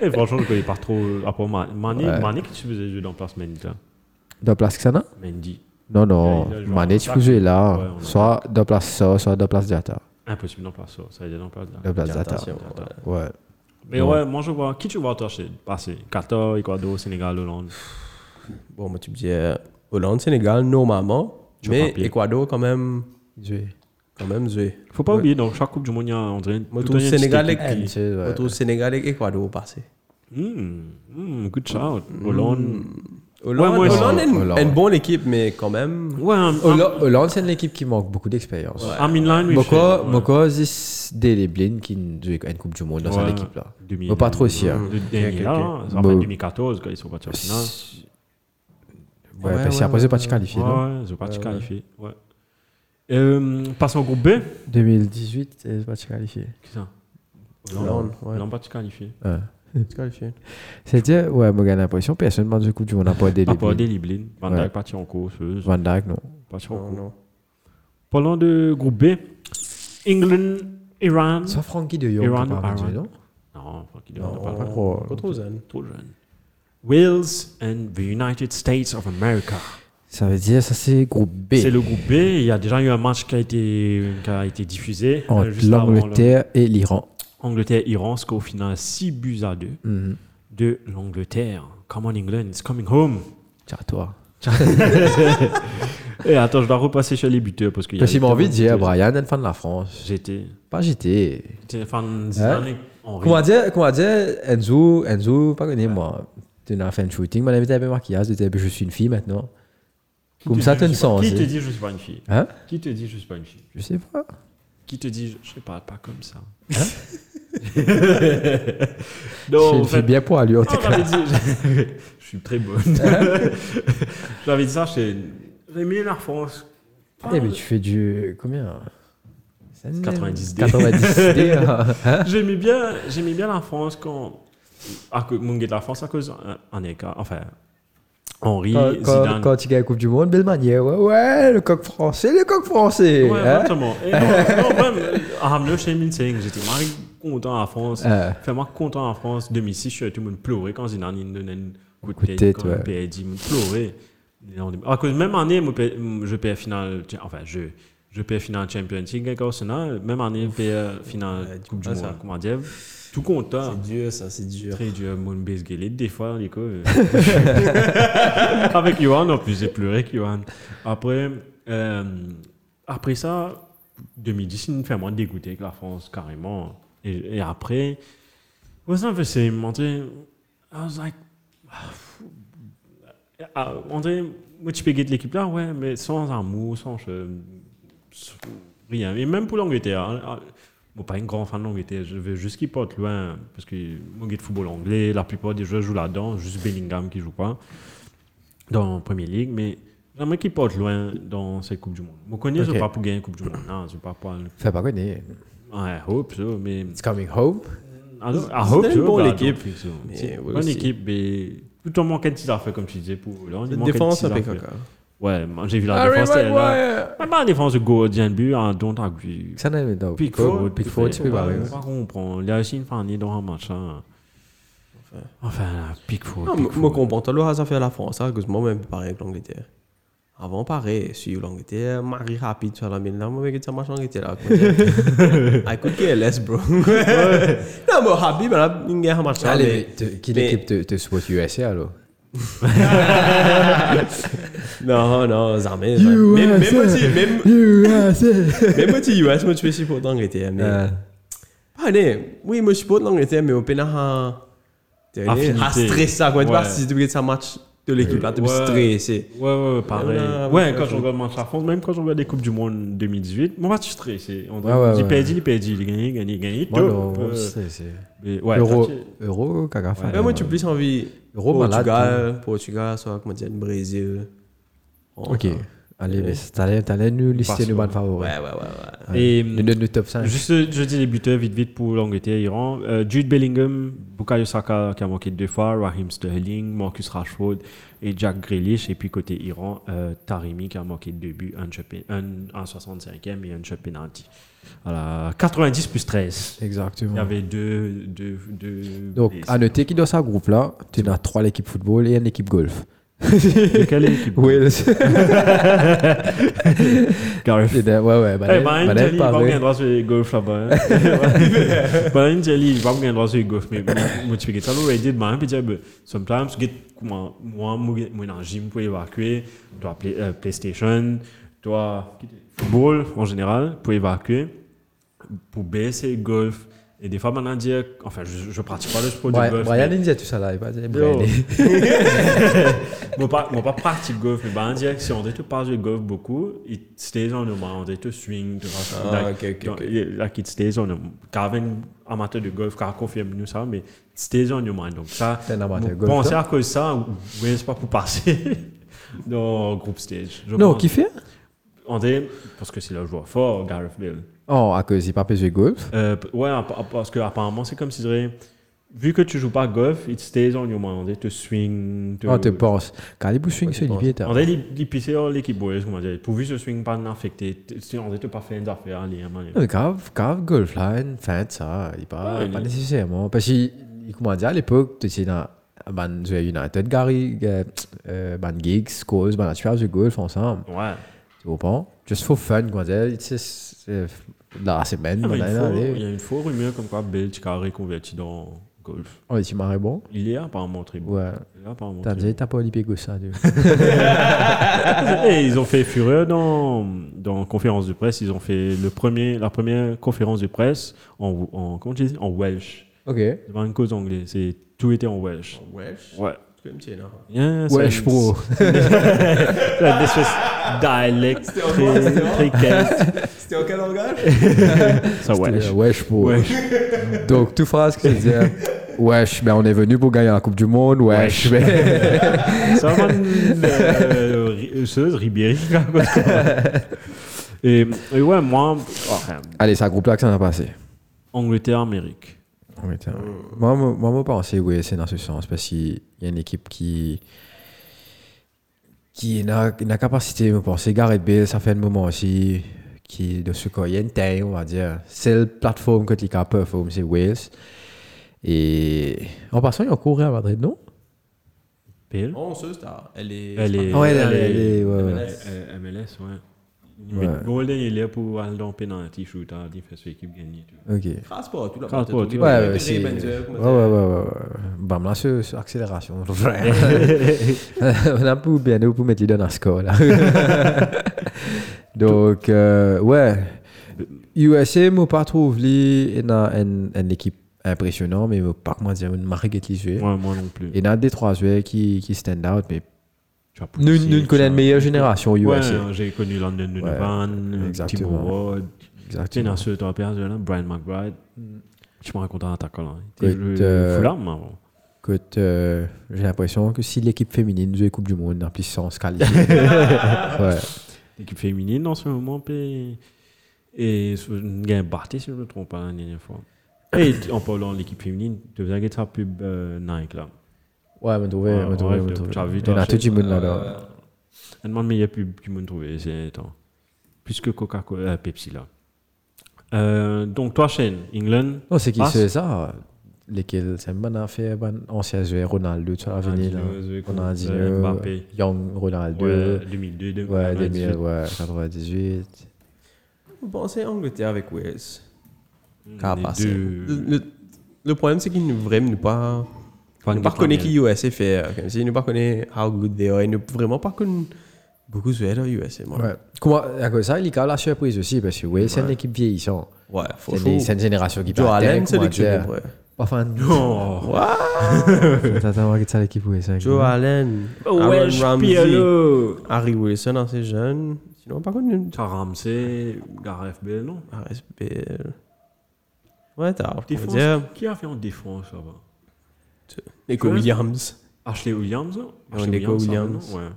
Eh, franchement, je connais pas trop. euh, À part Ma- Mané,
Ouais.
Mané, qu'est-ce que tu faisais jouer dans place Mendy là
Dans place que ça, non
Mendy.
Non, non.
Il a joué en
Mané, tu
attaque.
peux jouer là.
Ouais, on a-
Soit dans place ça, soit dans place Diata.
Impossible dans place ça. Ça veut dire dans place là.
Dans place Diata.
Attention,
Attends.
ouais.
Ouais.
Mais ouais, moi je vois. Qui tu vois toi chez passer Qatar, Ecuador, Sénégal, Hollande.
Bon, moi, tu me dis euh, Hollande, Sénégal, normalement.
Sur
Mais
papier.
Ecuador, quand même, quand même, zoué.
Faut pas
Ouais.
oublier, dans chaque Coupe du Monde, il y a on dirait
Moi,
tout
tout
un petit
Sénégal
équipe
est-
qui-
Tu sais, ouais.
On trouve Sénégal et Ecuador passé.
Hmm, hmm, good shout. Hollande.
Hollande,
Ouais, moi aussi.
Hollande est une,
Hollande.
est une bonne équipe, mais quand même.
Ouais, un, un,
Hollande, Hollande, c'est une équipe qui manque beaucoup d'expérience.
I'm in line with
Moko,
shit, ouais.
Moko, c'est Dele Blind qui joue une Coupe du Monde dans cette
Ouais.
équipe-là.
2000,
Mais pas trop aussi, hein.
Le dernier,
Ok, ok,
là,
ok.
hein. Ça
Bon.
fait 2014 quand ils sont partis en finale.
Ouais,
Ouais,
parce
ouais,
qu'après,
ouais,
c'est pas
ouais.
qualifié, non
Ouais, ils ont pas été
Ouais,
qualifiés. Ouais. Euh, passons au groupe B.
2018, c'est pas qualifié.
Qui ça
Hollande, ouais.
Ils n'ont pas été qualifiés.
C'est qualifié.
C'est-à-dire, ouais, moi, j'ai l'impression, personne ne du Coupe du Monde, on n'a pas Dele
Pas pour
Blind.
Deli Blin. Van
Ouais.
Dijk parti en course. eux,
Van Dijk, non.
parti en
Non,
course.
non.
Parlons de groupe B. England, Iran.
Soit Frankie de Jong,
Iran
qui
ou
parle,
Iran.
non
Non, Francky Dehors ne
Non,
parle pas.
trop.
trop zen.
Trop euh, jeune. Wales and the United States of America.
Ça veut dire, ça, c'est groupe B.
C'est le groupe B. Il y a déjà eu un match qui a été, qui a été diffusé. euh,
Entre
juste avant le-
Oh, l'Angleterre et l'Iran.
Angleterre-Iran, score au final 6 buts à 2
Mhm.
de l'Angleterre. Come on England, it's coming home.
Tiens, toi.
Et attends, je dois repasser chez les buteurs parce qu'il y a.
Parce qu'il m'a envie de dire,
Brian.
Brian est fan de la France.
J'étais.
Pas j'étais.
J'étais fan de
Hein?
Zidane et Henry.
Comment dire, comment dire, Enzo, Enzo, pas connu, moi. Tu as fait un shooting, mon ami, t'as un peu maquillage, t'as un peu, je suis une fille maintenant.
Qui
Comme
te
ça,
dit
t'as
je
une
suis pas-
sens.
Qui te
hein.
dit je suis pas une fille
Hein?
Qui te dit je suis pas une fille
Je sais pas.
Qui te dit je, je sais pas, pas comme ça
Hein J'ai
Non, en
une fille
fait,
bien pour lui, en tout
Ah,
cas.
j'avais dit, je, je suis très bonne.
Hein
j'avais dit ça chez. J'ai mis la France.
Eh, mais tu fais du. Combien
90D.
90D. hein. Hein
J'aimais bien, j'aimais bien la France quand. À cause, mon gars de la France à cause euh, en écart. Enfin, Henri,
Quand, quand-
Zidane.
quand tu gagnes la Coupe du Monde, belle manière. Ouais, ouais, le coq français, le coq français.
Ouais,
hein
exactement. Et non, non, même, euh, ah, mais chez Minsing, j'étais marré content à France.
Ah.
Fais-moi content à France. 2006, je suis tout le monde pleurer quand Zidane il donnait un coup
Coup
de tête. Quand
ouais.
le PSG me pleurait. Et on dit- À cause même année, moi, P- je perds finale, enfin, je, je perds finale Champions League avec Arsenal. Même année, je perds finale
Ouais,
Coupe du
ah,
Monde.
ça.
Comment dire Tout content.
C'est dur, ça, c'est dur.
Très dur, mon base galet, des fois, les coups. Avec Johan, en plus, j'ai pleuré avec Johan. Après, euh, après ça, 2010, il me fait moins dégoûté avec la France, carrément. Et, et après, ouais, ça me fait c'est monter. I was like, ah, on dirait, moi, tu peux guetter l'équipe là, ouais, mais sans amour, sans, che- sans rien. Et même pour l'Angleterre. hein, ah, moi, pas un grand fan de l'Angleterre, je veux juste qu'ils portent loin, parce que mon gars de football anglais, la plupart des joueurs jouent là-dedans, juste Bellingham qui joue pas dans la Premier League, mais j'aimerais qu'ils portent loin dans cette Coupe du Monde. Moi, connais, je
Ok.
ne pas pour gagner la Coupe du Monde, non, je ne pas pour. Ouais,
Fais pas connaître.
I hope so, mais.
It's coming home.
I don't- I hope
une
so,
bonne
but I don't
équipe.
think so.
Mais
C'est une
oui,
bonne
aussi.
équipe, mais tout en manquant de petites affaires, comme tu disais, pour Hollande. il
Cette
manquait de
défense,
petites
ça fait
affaires.
caca.
Ouais, moi, j'ai vu
Ah,
la défense, elle est là. Même pas la défense de gardien de but, hein, don't agree.
Ça n'a pas
Pickford,
Pickford, tu peux
pas
parler.
comprendre. Il y a aussi une famille dans un match. hein. Enfin, Pickford.
Non, moi,
Pickford.
moi, comprends pas le ça fait la France, hein, parce que moi-même, pareil avec l'Angleterre. Avant, pareil, sur l'Angleterre, Marie rapide, tu vois, la mine là, moi, avec ça marche l'Angleterre, là. quoi. I could care less, bro. non, moi, rapide, ben là, il y a un match là,
Allez,
mais-
te- quelle
mais-
équipe te, te suppose USA alors
Non, non, Zarmé.
You
Même,
are
même,
so-
aussi- même,
USA.
même aussi US, moi, tu me supportes l'Angleterre. Mais...
Euh,
Ah, allez, oui, moi, je supporte l'Angleterre, mais au pénal, à.
Affinité.
À stresser, quand tu
Ouais.
vas si tu regardes sa match de l'équipe, là, tu es
Ouais.
stressé.
Ouais, ouais, ouais, pareil.
Là,
ouais,
ouais,
quand
ouais.
je regarde le match à France, même quand je regarde les Coupes du Monde 2018, moi, je suis stressé. On
Ouais, ouais,
dit
ouais.
perdu, il perdu, il gagne, il gagne, il gagne.
moi,
tout.
non,
Euh,
c'est- c'est-
mais ouais,
Euro,
t'as-
Euro, Cagafa.
Ouais, moi, tu as plus envie.
Euro malade.
Portugal, Portugal, soit, comment dire, Brésil. Oh,
Ok.
Ouais,
Allez, mais t'allais t'allais nous lister
Barcelone.
nos bonnes favoris.
ouais, ouais. ouais.
Et
Nous donne le top 5.
juste, je dis les buteurs vite, vite pour l'Angleterre, Iran. Euh, Jude Bellingham, Bukayo Saka qui a manqué deux fois, Raheem Sterling, Marcus Rashford et Jack Grealish. Et puis côté Iran, euh, Tarimi qui a manqué deux buts, un, shot pe- un, un 65e et un shot penalty. Voilà, 90 plus 13. Il y
Exactement.
avait deux. deux, deux
Donc, ah,
blessés.
à noter qu'il dans sa groupe-là, tu as trois l'équipe football et une équipe golf.
De quelle équipe
Wales.
Gareth.
Et de- ouais, ouais,
Eh,
Manel-
Brian
Manel
Jelly, il va
parlait.
gagner droit sur les golf là-bas. hein. Brian Jelly, il va gagner droit sur les golf. Mais moi, tu fais ça, l'already, de Brian, puis dire, ben, sometimes, get, comment, moi, moi, get- moi, dans le gym pour évacuer, toi, play, euh, PlayStation, toi, football, en général, pour évacuer, pour baisser le golf. Et des fois, maintenant, dire, enfin, je, je pratique pas le sport
Brian,
du golf.
Brian,
mais-
il disait tout ça là. Il va dire,
Yo.
Brian, il-
moi, pas, moi, pas pratique golf, mais ben, dire que si on te parle de golf beaucoup, it stays on your mind, on te swing, tu vois,
Ah,
like,
ok, ok,
Donc,
ok.
il- like it stays on your Carvin, amateur de golf, car confirme nous ça, mais it stays on your mind. Donc, ça,
T'es un amateur de golf,
pensez
toi
à cause de ça, ou ou est-ce pas pour passer dans le groupe stage. Je
Non,
pense-
qui fait
on dit, parce que c'est le joueur fort, Gareth Bale.
Oh, à cause, il pas jouer golf.
Euh, p- ouais, app- app- parce que apparemment c'est comme si je dirais, vu que tu joues pas golf, it stays on your mind, on dit, te swing, te.
On te pense. Quand il swing,
Ouais,
c'est
tu penses.
Olivier. t'as-
On a dit pisser dans l'équipe boys, comment dire, pourvu ce swing pas affecté, t- si on était pas fait une affaire, allez, hein, man.
Non, mais grave, grave golf là, une feinte ça, il pas,
Ouais,
pas
il-
nécessairement. Parce que, comment dire, à l'époque, tu étais dans ben, je vais United, Gary, euh, euh, ben Geeks, Cause, ben, tu fais du golf ensemble.
Ouais.
Tu comprends? Just for fun, comment dire, tu sais, c'est- la semaine,
Ah,
ben,
mais une
allez,
fois,
allez.
il y a une faux rumeur comme quoi Bale tu as reconverti dans golf.
On est-tu marré bon?
Il est apparemment très bon.
Ouais.
Il est apparemment
T'as
très
dit, t'as pas Olivier Gossin, tu
bon. Et ils ont fait fureur dans, dans conférence de presse. Ils ont fait le premier, la première conférence de presse en, en, comment tu dis, en Welsh.
Ok.
Devant une cause anglaise. C'est, tout était en Welsh.
Wesh.
Ouais.
Tu peux me tirer, là.
Yeah,
Ouais,
c'est-
je pro.
C'est un espèce de dialecte
C'était en quoi, c'était en-
très, très casse.
C'était en quel langage
Ça, Welsh.
Euh, Wesh pro.
Wesh.
Donc, tout phrase que je disais, wesh, ben, on est venu pour gagner la Coupe du Monde, wesh, ben.
Ça va, euh, Ri- Seuse, Ribéry. quoi. et, et ouais, moi, enfin,
Allez, ça groupe là que ça a passé.
Angleterre, Amérique.
Oui, tiens, oui. Moi, moi, moi, moi, penser, oui, c'est dans ce sens, parce qu'il y a une équipe qui qui n'a qui n'a capacité, je pense. Gareth Bale, ça fait un moment aussi, qui, de ce cas, il y a une taille, on va dire. C'est la plateforme que les cas peuvent, faire, c'est Wales. Et en passant, il y a encore à Madrid, non
PL.
Oh, ce star. Elle est.
Elle est.
Ouais,
elle
elle est-
est-
elle est- ouais, ouais.
elle- elle- MLS, ouais. Mais Golden, il est là pour aller dans le penalty shootout, il fait son équipe gagner. tu vois.
Ok.
Crasse pas, tout là.
Crasse pas,
Ouais,
tout.
ouais, c'est- ouais, ouais, ouais, ouais, ouais. Bah, Bam, là, c'est c'est accélération. on a pour bien, nous, pour mettre les deux dans le score, là. Donc, euh, ouais. USA, moi, pas trouve les, une, une, une équipe impressionnante, mais moi, pas comment dire, une marque qui joue.
Moi, moi non plus.
Il y en a des trois joueurs qui, qui stand out, mais
Tu vois,
nous,
Pulisic,
nous ne connaissons une
ça.
meilleure génération
Ouais,
USA.
j'ai connu London Donovan, Timo
exactement.
Ward. Tu sais,
Exactement.
dans ce top là, Brian McBride. Je me raconte un attaquant là. Il
Écoute, euh,
jouait Fulham avant.
Écoute, euh, j'ai l'impression que si l'équipe féminine jouait Coupe du Monde, en puissance qualifiée. ouais.
L'équipe féminine en ce moment. puis- Et gagne Barté, si je ne me trompe pas, hein, la dernière fois. Et en parlant de l'équipe féminine, tu veux dire sa pub euh, Nike là.
Ouais, me trouver,
Ouais,
me
ouais,
trouver, me
t'as-
trouver.
t'as vu,
Il y en
toi,
a tout
chez-
du monde là-dedans.
Euh,
Elle demande meilleure pub tu me trouver. C'est attends. Plus que Coca-Cola, euh, Pepsi là. Euh, donc toi, Shane, England.
Non, c'est qui
Ah,
c'est ça Lesquels C'est bon affaire, bon ancien joueur, Ronaldo, tu vas venir là.
Ronaldinho, Zoé,
Ronaldinho,
euh, Mbappé.
Young, Ronaldo,
Ouais,
ouais,
2002,
2000, ouais, 98.
Vous pensez Angleterre avec Wales
Les
Qu'a passé
deux-
Le- Le le problème, c'est qu'ils ne vraiment pas
Pas
Nous ne
une
connaissons
première.
qui USA fait. euh, Comme si nous ne connaissons how good they are. Et nous vraiment pas connaissons beaucoup de joueurs USA. moi.
Ouais. Comment, à cause de ça, il y a la surprise aussi, parce que Wales, c'est une équipe vieillissante.
Ouais, faut
C'est des- c'est
chaud.
une génération qui
Joe
part à terre,
Allen
comment
sélectionné.
dire.
ouais.
Pas fan de
Oh,
T'attends voir que ça l'équipe Wales. hein.
Joe Allen. Aaron
Wesh,
Ramsey.
PLO.
Harry Wilson, assez jeune. Sinon, par contre, nous-
T'as Ramsey, Gareth Bale, non
RSBL. Ouais, t'as. on peut
Défense,
dire.
Qui a fait en défense là-bas
Nico
Ouais.
Williams.
Ashley Williams non
Ouais,
Ashley
Nico
ça,
Williams. Ah.
non Ouais.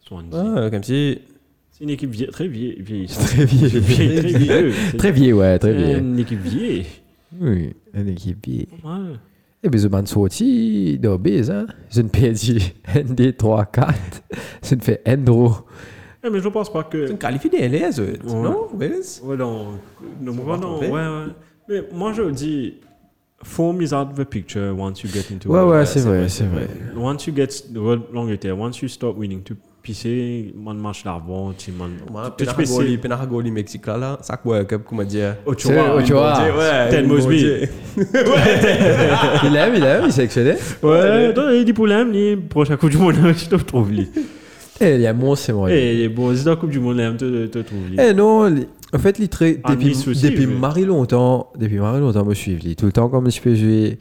Swansea.
Ouais, comme si.
C'est une équipe vie- très vieille.
Très vieux.
vieille. Très vieille.
Très vieux, ouais, très vieux.
Une équipe vieille.
Oui, une équipe vieille.
Pas mal.
Et puis, ils sorti d'Obis, hein. Ils ont perdu ND 3-4. Ils ont fait Endro.
Eh, mais je pense pas que.
Ils sont qualifiés des LS, eux,
Ouais.
non Wales
Ouais, non. Non,
sont
moi,
pas
non.
trompés.
Ouais, ouais. Mais moi, je dis, form is out of the picture once you get into
Ouais,
it.
ouais, c'est vrai, c'est vrai.
Once you get the world l'Angleterre, once you stop winning, tu pisser, man match l'avant, tu man.
Moi,
Tu tu
Penargoli, Penargoli, Mexique, là, là. Ça, quoi, comme comment dire
C'est
Ochoa.
Ochoa.
Mbappé,
Ouais,
Ted
bon
Mosby.
Dieu.
Il aime, il aime, il s'est excédé.
Ouais, toi, il dit pour l'aime, les prochains Coupe du Monde, tu te trouves lui.
Et Eh, il y a mon, c'est moi.
Et bon, c'est dans la Coupe du Monde, l'aime, te te trouves lui.
Eh non, li- en fait, il traite
Ah,
depuis,
Nice aussi,
depuis
mais-
Marie longtemps, depuis Marie longtemps, me suivre. Tout le temps, comme je peux jouer.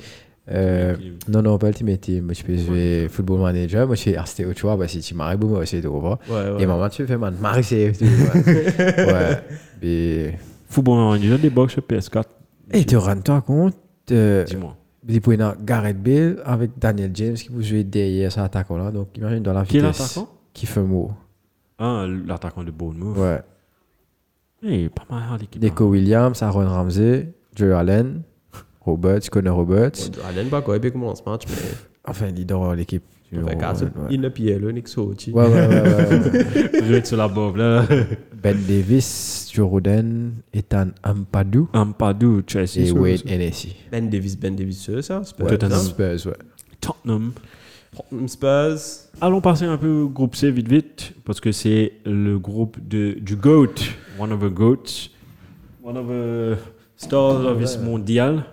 euh,
Ultimate Team.
non, non, pas Ultimate Team. Moi, je peux jouer Football Manager. Moi, je suis RCT Ochoa. Bah, si tu m'arrêtes, bon, moi aussi, tu comprends.
Ouais, ouais.
Et maman, tu fais, man, Marie, c'est. tu vois. ouais. Mais-
Football, on a déjà des box sur PS4.
Et tu rends-toi compte, euh,
Dis-moi.
il pouvait y avoir Gareth Bale avec Daniel James qui peut jouer derrière cet attaquant-là. Donc, imagine dans la
Qui est
vitesse.
l'attaquant
Qui fait mot.
Ah, l'attaquant de Bournemouth.
Ouais.
Eh, pas mal, hein, l'équipe.
Deco Williams, Aaron Ramsey, Joe Allen, Roberts, Connor Roberts.
Bon, Allen, pas quoi, bien comment on se match, mais.
Enfin, leader de l'équipe.
on fait quatre.
Ouais,
Il n'a pied, le Nick Sochi.
ouais, ouais, ouais, ouais, ouais.
Rude sur la bob, là.
Ben Davis, Jordan, Ethan Ampadou
Ampadu, Chelsea.
et
sur-
Wade
sur-
Hennessy.
Ben Davis, Ben Davis, c'est eux, ça Spurs.
Tottenham.
non
Spurs, ouais.
Tottenham.
Tottenham Spurs.
Allons passer un peu au groupe C vite vite, parce que c'est le groupe de, du GOAT, one of the GOATs, one of the stars of this mondial.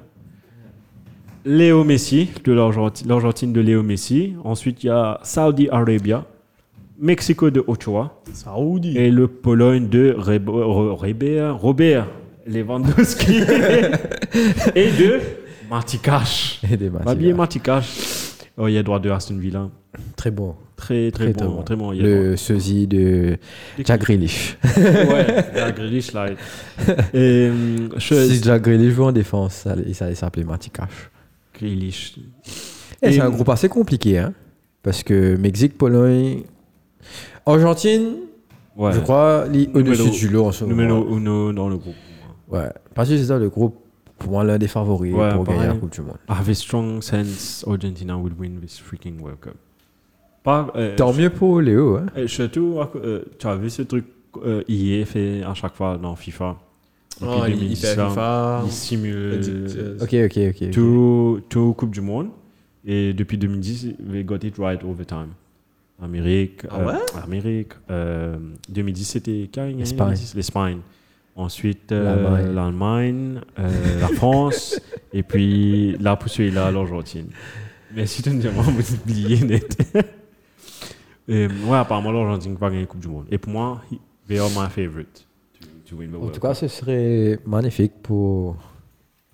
Léo Messi, de l'Argentine l'Argentine de Léo Messi. Ensuite, il y a Saudi Arabia, Mexico de Ochoa
Saoudi.
et le Pologne de Rebo- Ro- Robert, Robert Lewandowski et de Matikash.
Et des matchs.
Babi et Matikash. Oh, il y a droit de Aston Villa.
Très bon.
Très, très,
Très,
bon, Très bon. Il y a
Le sosie de Jack Grealish.
droit- Ouais, la Grealish, là. Et, euh,
Si
je-
Jack Grealish joue en défense, ça allait ça allait s'appeler Matikash.
Grealish.
Et
Et-
Eh, c'est un groupe assez compliqué, hein. Parce que Mexique, Pologne, Argentine,
Ouais.
je crois, lit
Numéro-
au-dessus du lot en ce moment.
Numéro uno dans le groupe.
Ouais. Parce que c'est ça le groupe, pour moi, l'un des favoris
Ouais,
pour gagner la
pareil.
Coupe du Monde.
I have a Ah, strong sense Argentina will win this freaking World Cup. Pas, euh,
Tant mieux pour Léo, hein.
Et surtout, à co- euh, tu as vu ce truc euh, IA fait à chaque fois dans FIFA. Depuis
Oh, il- il
2010,
fait
là,
FIFA.
il euh, simule
Predict-
Ok, ok, ok. ok.
tout, tout Coupe du Monde. Et depuis 2010, they got it right all the time. Amérique.
Ah
euh, Amérique. euh, 2010, c'était qui a gagné
L'Espagne.
2010? L'Espagne. Ensuite, euh,
L'Allemagne.
l'Allemagne, euh, la France, et puis là, pour celui-là, l'Argentine. Mais si tu me dis, moi, vous oubliez net. et, ouais, apparemment, l'Argentine va gagner la Coupe du Monde. Et pour moi, he- they are my favorite to, to win the
En
World
tout cas, ce serait magnifique pour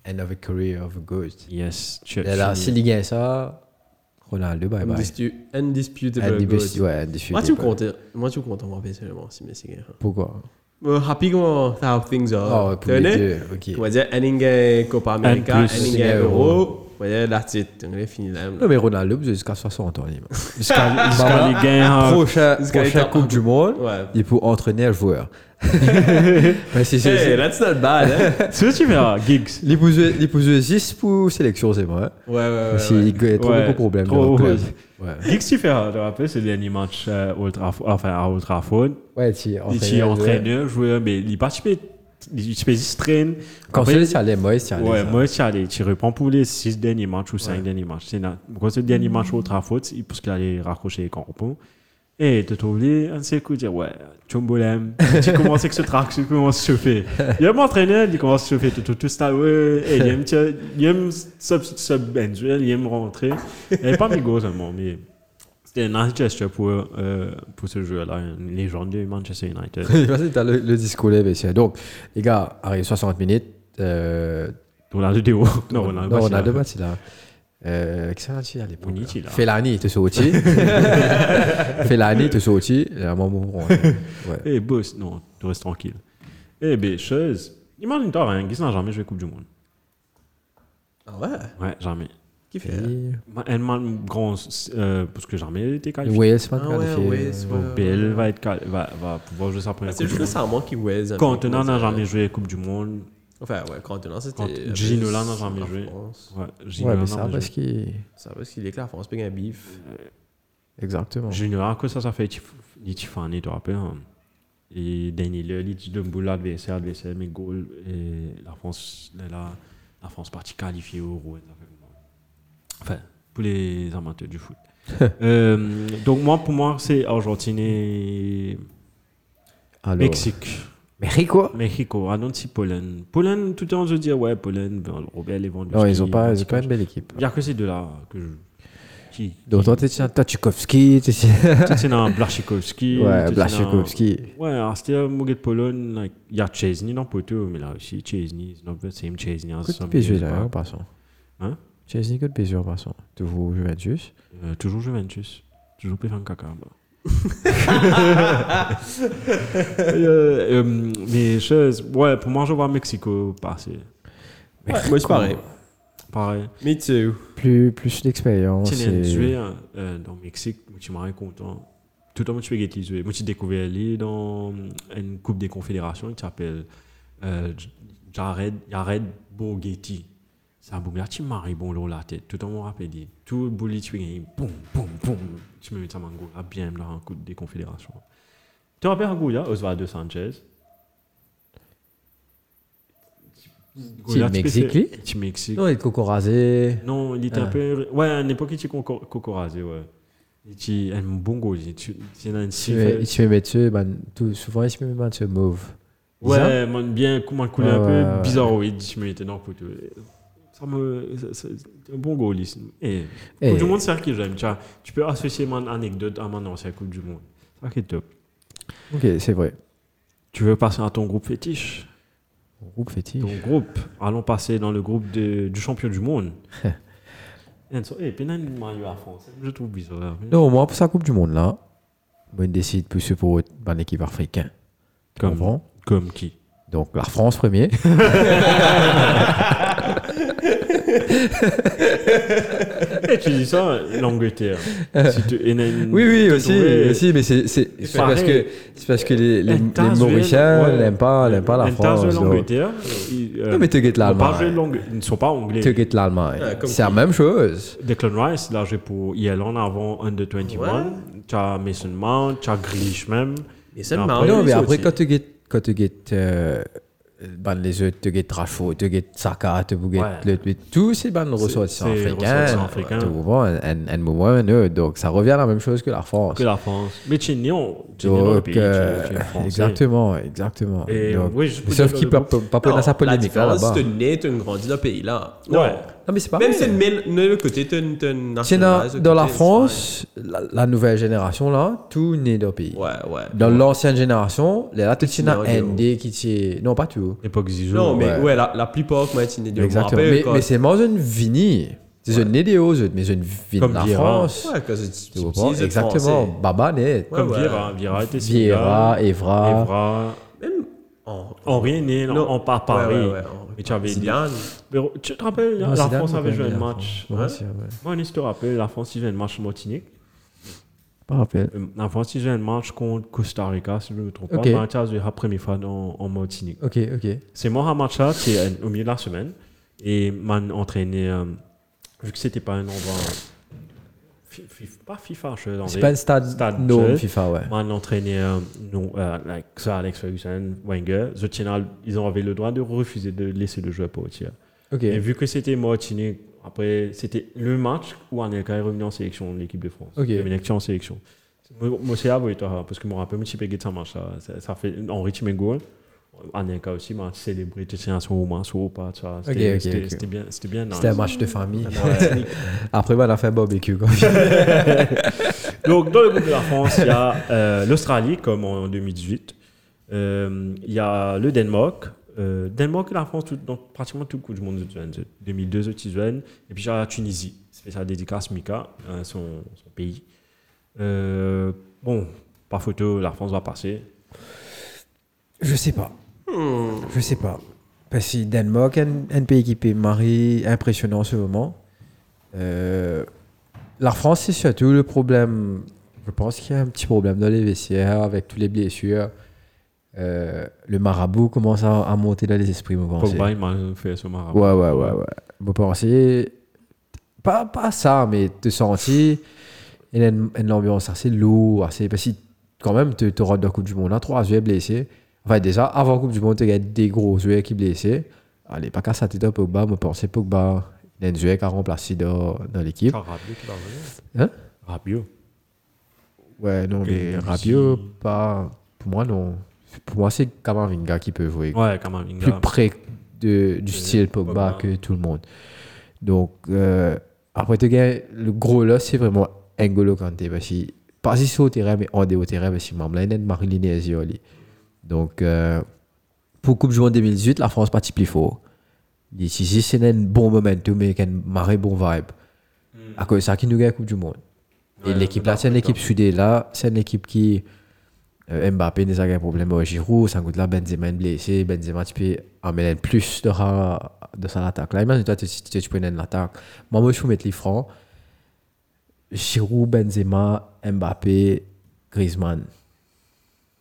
End of a Career of a Ghost.
Cup. Yes,
Et
Chelsea.
là, s'il y gagne ça, Ronaldo, bye bye.
Indispu- Indisputable.
Indis-
goal.
Ouais, indiscutable.
Ah,
Moi, tu me comptes. hein. Moi, tu me comptes, moi, personnellement, si Messi gagne.
Pourquoi
Well, happy comment how things
Ah,
Oh,
are.
ouais, pour les
Tenez.
deux, ok.
On va dire Henning Copa America,
And plus.
Henning
Yeah,
Euro. On va dire la titre. On va finir là.
Non, mais Ronaldo, il est jusqu'à 60 ans, il
Jusqu'à
Bah,
jusqu'à les gains.
Prochain,
jusqu'à
prochain
l'état-
Coupe du Monde,
Ouais.
il peut entraîner un joueur. Mais c'est- c'est-
Hey,
c'est-
that's not bad, hein?
C'est ce que tu fais là, Giggs.
Il peut jouer- il peut jouer 6 pour sélection, c'est vrai.
Ouais, ouais, ouais. ouais.
Il y a trop
Ouais,
beaucoup de problèmes.
trop,
dans le club. Ouais.
Giggs, tu fais, là, je te rappelle, c'est le dernier match euh, Old Traff- enfin, à Old Trafford.
Ouais, tu
Il était entraîneur, joueur, mais il participait. Il se faisait se traîner.
Quand
Après,
c'est ça allait, Moïse, ça allait.
Ouais,
ça.
moi, tu allais, tu reprends pour les 6 derniers matchs ou 5 derniers matchs. C'est là. Quand c'est le dernier match au Trafford, c'est parce qu'il allait raccrocher les crampons. Et tu trouves un seul coup, dire ouais, Chombolem, tu commences avec ce track, tu commences à chauffer. Il aime m'entraîner, il commence à chauffer, tout, tout, tout ça, ouais, et il aime, tiens, il aime sub, sub, il aime rentrer. Et pas mes gosses, seulement, mais c'était un nice gesture pour, euh, pour ce jeu-là, une légende de Manchester United.
Vas-y, t'as le, le disco là, messieurs. Donc, les gars, arrive 60 minutes. Euh,
On a deux déos. Non, on a
non, on a deux
deux
matchs là. Euh, qui c'est là-dessus, à l'époque
On y est, là.
Fellaini était sorti. Fellaini était sorti. Et à un moment, on- ouais.
Eh, boss, non, tu restes tranquille. Eh, ben, chose. Imagine-toi, hein, Guiz n'a jamais joué Coupe du Monde.
Ah ouais
Ouais, jamais.
Qui fait
Et-
Ma- Elle m'a grand, euh, parce que jamais été qualifié.
Wales, pas
Ah ouais,
qualifié. euh,
Wales, ouais.
Donc, PL va, être, quali- va, va pouvoir jouer sa
Ah,
première
C'est
Coupe du
juste
Monde.
ça, moi qui Wales.
Cantona n'a jamais joué Coupe du Monde.
Enfin, ouais, Cantona, c'était.
Quand-
avec-
Ginola n'a jamais
la
joué.
France.
Ouais,
Ouais,
Ginola
mais
n'a
ça,
jamais
parce
joué.
qu'il.
Ça veut qu'il déclare France, paye un bif.
Exactement.
Ginola, que ça, ça fait tif- il Tiffany, tu te rappelles hein. Et Daniel, il dit de boule adversaire, adversaire, mais goal. Et la France, la, la, la France partie qualifiée au Euro. et ça fait comme ça. Enfin, pour les amateurs du foot. Euh, donc, moi, pour moi, c'est Argentine et
Alors,
Mexique.
Mexico
Mexico, ah non, si Pologne. Pologne, tout le temps, je dis, ouais, Pologne, ben, Robert Lewandowski.
Non, ils ont pas, ils ont
Matic,
pas une belle équipe.
Il y a que ces deux-là que je. Qui
Donc, toi, t'es tiens, Tchaikovsky, t'es
Tout c'est dans Blachikowski. tout
Ouais,
c'est
Blaszczykowski.
dans- Ouais, alors c'était un Moguet de Pologne. like, Il y a Chesney dans le poteau, mais là aussi, Chesney, c'est not the same Chesney. as
Coup de
some
PSG,
years
là, en
back.
passant.
Hein
Chesney, coup de PSG, en passant. De vous, Juventus.
Euh, Toujours Juventus. Toujours P20 caca. euh, mais chose, ouais, pour moi, je vois Mexico passer.
Ouais, moi, c'est pareil.
Pareil.
Me too.
Plus, plus d'expérience.
Tu
et-
viens jouer euh, dans le Mexique, tu m'as content. Tout le temps, tu peux gagner jouer. Moi, j'ai découvert aller dans euh, une Coupe des Confédérations qui s'appelle euh, J- Jared, Jared Borghetti. C'est un bougla, tu maries bon l'eau la tête. Tout le temps, on rappelle dit. Tout le boulot, tu peux gagner. Boum, boum, boum. Tu me mets ça mango là, bien dans un Coupe des Confédérations. Tu te rappelles un Gouya, Osvaldo Sanchez Gouya, tu peux
Mexique,
faire-
lui
Team Mexique.
Non, il est coco rasé.
Non, il était
Ah.
un peu. Ouais, à une époque, il était coco- cocorasé, ouais. Il était un bon goal. Il était il était un
Il se met-
petit.
il se met dessus, ben, tout, souvent il se met dessus mauve.
Ouais, man, bien, comment le couler
Ouais,
un
ouais, ouais.
peu bizarroïde. Je me mettais dans le poteau. Ça me. ça- ça- C'est un bon goal. ici. Et.
Et
Coupe du Monde, c'est ça que j'aime. Tu vois. Tu peux associer mon anecdote à mon ancienne Coupe du Monde. Ça qui est top.
Ok, c'est vrai.
Tu veux passer à ton groupe fétiche
Groupe fétiche.
Ton groupe. Allons passer dans le groupe de- du champion du monde. Eh, Et Pénal Mario à France. Je trouve bizarre.
Non, moi pour sa Coupe du Monde là, moi, je décide plus pour ben, l'équipe africaine. Tu
Comme,
comprends
comme qui
Donc la France premier.
Et tu dis ça, l'Angleterre. Si tu- et- et-
Euh. Oui, oui,
tu
aussi,
trouvais-
aussi mais c'est c'est- c'est
pareil.
parce que, c'est parce que les, les,
Un tas
les
de-
Mauriciens
ouais.
n'aiment pas, n'aiment pas la
Un tas de
France. donc.
l'Angleterre. ils, euh,
Non, mais bah, tu guettes
ils ont pas joué
l'Allemagne.
l'Ang- Ils ne sont pas anglais.
Tu guettes l'Allemagne.
Ah,
Ouais, comme
c'est la
qui-
même chose.
Declan Rice, là, j'ai pour Irlande avant Under 21. Tu as Mason Mount, tu as Grealish même.
Mais c'est
Non,
marrant.
Ouais,
non,
Ah, oui,
mais
ça
après,
aussi.
quand tu guettes, quand tu guettes, euh, ben, les autres, tu guettes Rashford, tu guettes Saka, tu guettes
Ouais.
le- le- tous ces bandes ressortissants
c'est
africains.
ressortissants africains.
Tu comprends, un, un, un moment, un autre. Donc, ça revient à la même chose que la France.
Que la France. Mais tu es né en- tu es né dans le
Donc,
pays, tu
euh,
es- tu es français.
exactement, exactement.
Et,
Donc,
oui, je peux
sauf
dire
qu'il
le
peut
groupe.
peut- pas prendre sa
la
polémique là,
différence,
là-bas.
c'est que tu nais, tu grandis dans le pays là.
Ouais.
Non, mais c'est pas
Même
vrai.
si tu nais, tu es
Tiens, dans, dans la France, la, la nouvelle génération là, tout n'est dans le pays.
Ouais, ouais.
Dans l'ancienne génération, les là, tu tiens un
Scénario.
ND qui tient. Non, pas tout.
Époque Zizou.
Non, mais
Ouais.
ouais, la, la plupart, moi, tu nais de
Exactement. Mais, mais c'est moins une vinie. C'est une idée aux autres, mais une vinie de
Comme
la
Vieira.
France.
Ouais, quand c'est
Tu comprends Exactement. Baba net.
Ouais,
Comme
ouais.
Vieira. Vieira était
Vieira, Evra. Ah,
Evra.
Même en.
Henri est né
Oh. Non.
en par Paris.
Ouais, ouais, ouais, en-
Et tu avais dit.
Zidane.
Mais tu te rappelles,
Non,
la
Zidane,
France
on
avait joué
connaît
un
la France.
match. hein?
Ouais, c'est vrai.
Moi, je te rappelle, la France, ils jouaient un match à Martinique.
Pas rappel.
Euh, La France, ils jouaient un match contre Costa Rica, si je ne me trompe
Ok.
pas. Match à jouer la première fois dans- en Martinique.
Ok, ok.
C'est moi, un match là, c'est euh, au milieu de la semaine. Et man entraîné, euh, vu que c'était pas un endroit. fi- fi- Pas FIFA, je l'enlève.
C'est pas un stade,
Stade,
non
je-
FIFA, ouais.
Man entraîné, euh, non, euh, like, ça, Alex Ferguson, Wenger, The Channel, ils ont avait le droit de refuser de laisser le joueur pour tirer.
Ok.
Et vu que c'était Martinique, après, c'était le match où Anelka est revenu en sélection de l'équipe de France.
Ok.
Il est venu en sélection. Moi, moi, c'est à vous, toi, hein, parce que je me rappelle, je suis ça match. là. Ça- Ça fait en rythme et goal. Aneka aussi m'a célébré, tu sais, à son moment, son pas, tu vois. C'était
Ok, ok,
c'était-
ok.
c'était bien, c'était bien.
C'était un
nice.
match de famille.
Ouais.
Après, bah, on a fait un barbecue. quoi.
Donc, dans le groupe de la France, il y a euh, l'Australie, comme en 2018. Euh, Il y a le Danemark. Euh, Danemark et la France, tout- dans pratiquement tout le coup du monde de 2002, 2002, de Tizen. Et puis, il y a la Tunisie. Spécial dédicace, Mika, hein, son, son pays. Euh, bon, par photo, la France va passer.
Je sais pas. Je sais pas. Parce que Danemark, un, un pays qui peut marier impressionnant en ce moment. Euh, la France, c'est surtout le problème. Je pense qu'il y a un petit problème dans les vestiaires avec toutes les blessures. Euh, le marabout commence à, à monter dans les esprits, vous pensez
Pogba, il m'a fait ce marabout.
Ouais, ouais, ouais, ouais. Vous pensez. Pas, pas ça, mais te sentir. Il y a une, une ambiance assez lourde, assez. Parce que quand même, tu te rentres dans la Coupe du Monde, là, trois joueurs blessés. Enfin, déjà, avant la Coupe du Monde, tu as des gros joueurs qui blessés. Allez, pas qu'à ça, tu Pogba, moi, penser Pogba. Il y a un joueur qui a remplacé dans, dans l'équipe.
Ah, Rabiot, tu l'as vu
Hein
Rabiot.
Ouais, non, mais
Ok,
Rabiot,
si.
pas. Pour moi, non. Pour moi, c'est Kamavinga qui peut jouer.
Ouais, Kamavinga.
plus près de, du style Pogba
Pogba.
que tout le monde. Donc, euh, après, tu gagnes, le gros là, c'est vraiment N'Golo Kanté. Parce que, pas si c'est au terrain, mais en dehors au terrain, parce qu'il m'a amené Marilyn et Azioli. Donc, euh, pour Coupe du Monde 2018, la France partit plus fort. Ici, si c'est un bon momentum, mais qu'il y a une marée bon vibe. À cause de ça, qui nous gagne la Coupe du Monde. Et
Ouais,
l'équipe là, c'est une
d'accord.
équipe sudée là, c'est une équipe qui. euh, Mbappé n'a pas de problème avec Giroud, ça coûte là, Benzema est blessé, Benzema tu peux amener plus de, ra- de son attaque. Là, imagine-toi, tu, tu, tu prenais une attaque. Moi, moi, je peux mettre les francs. Giroud, Benzema, Mbappé, Griezmann.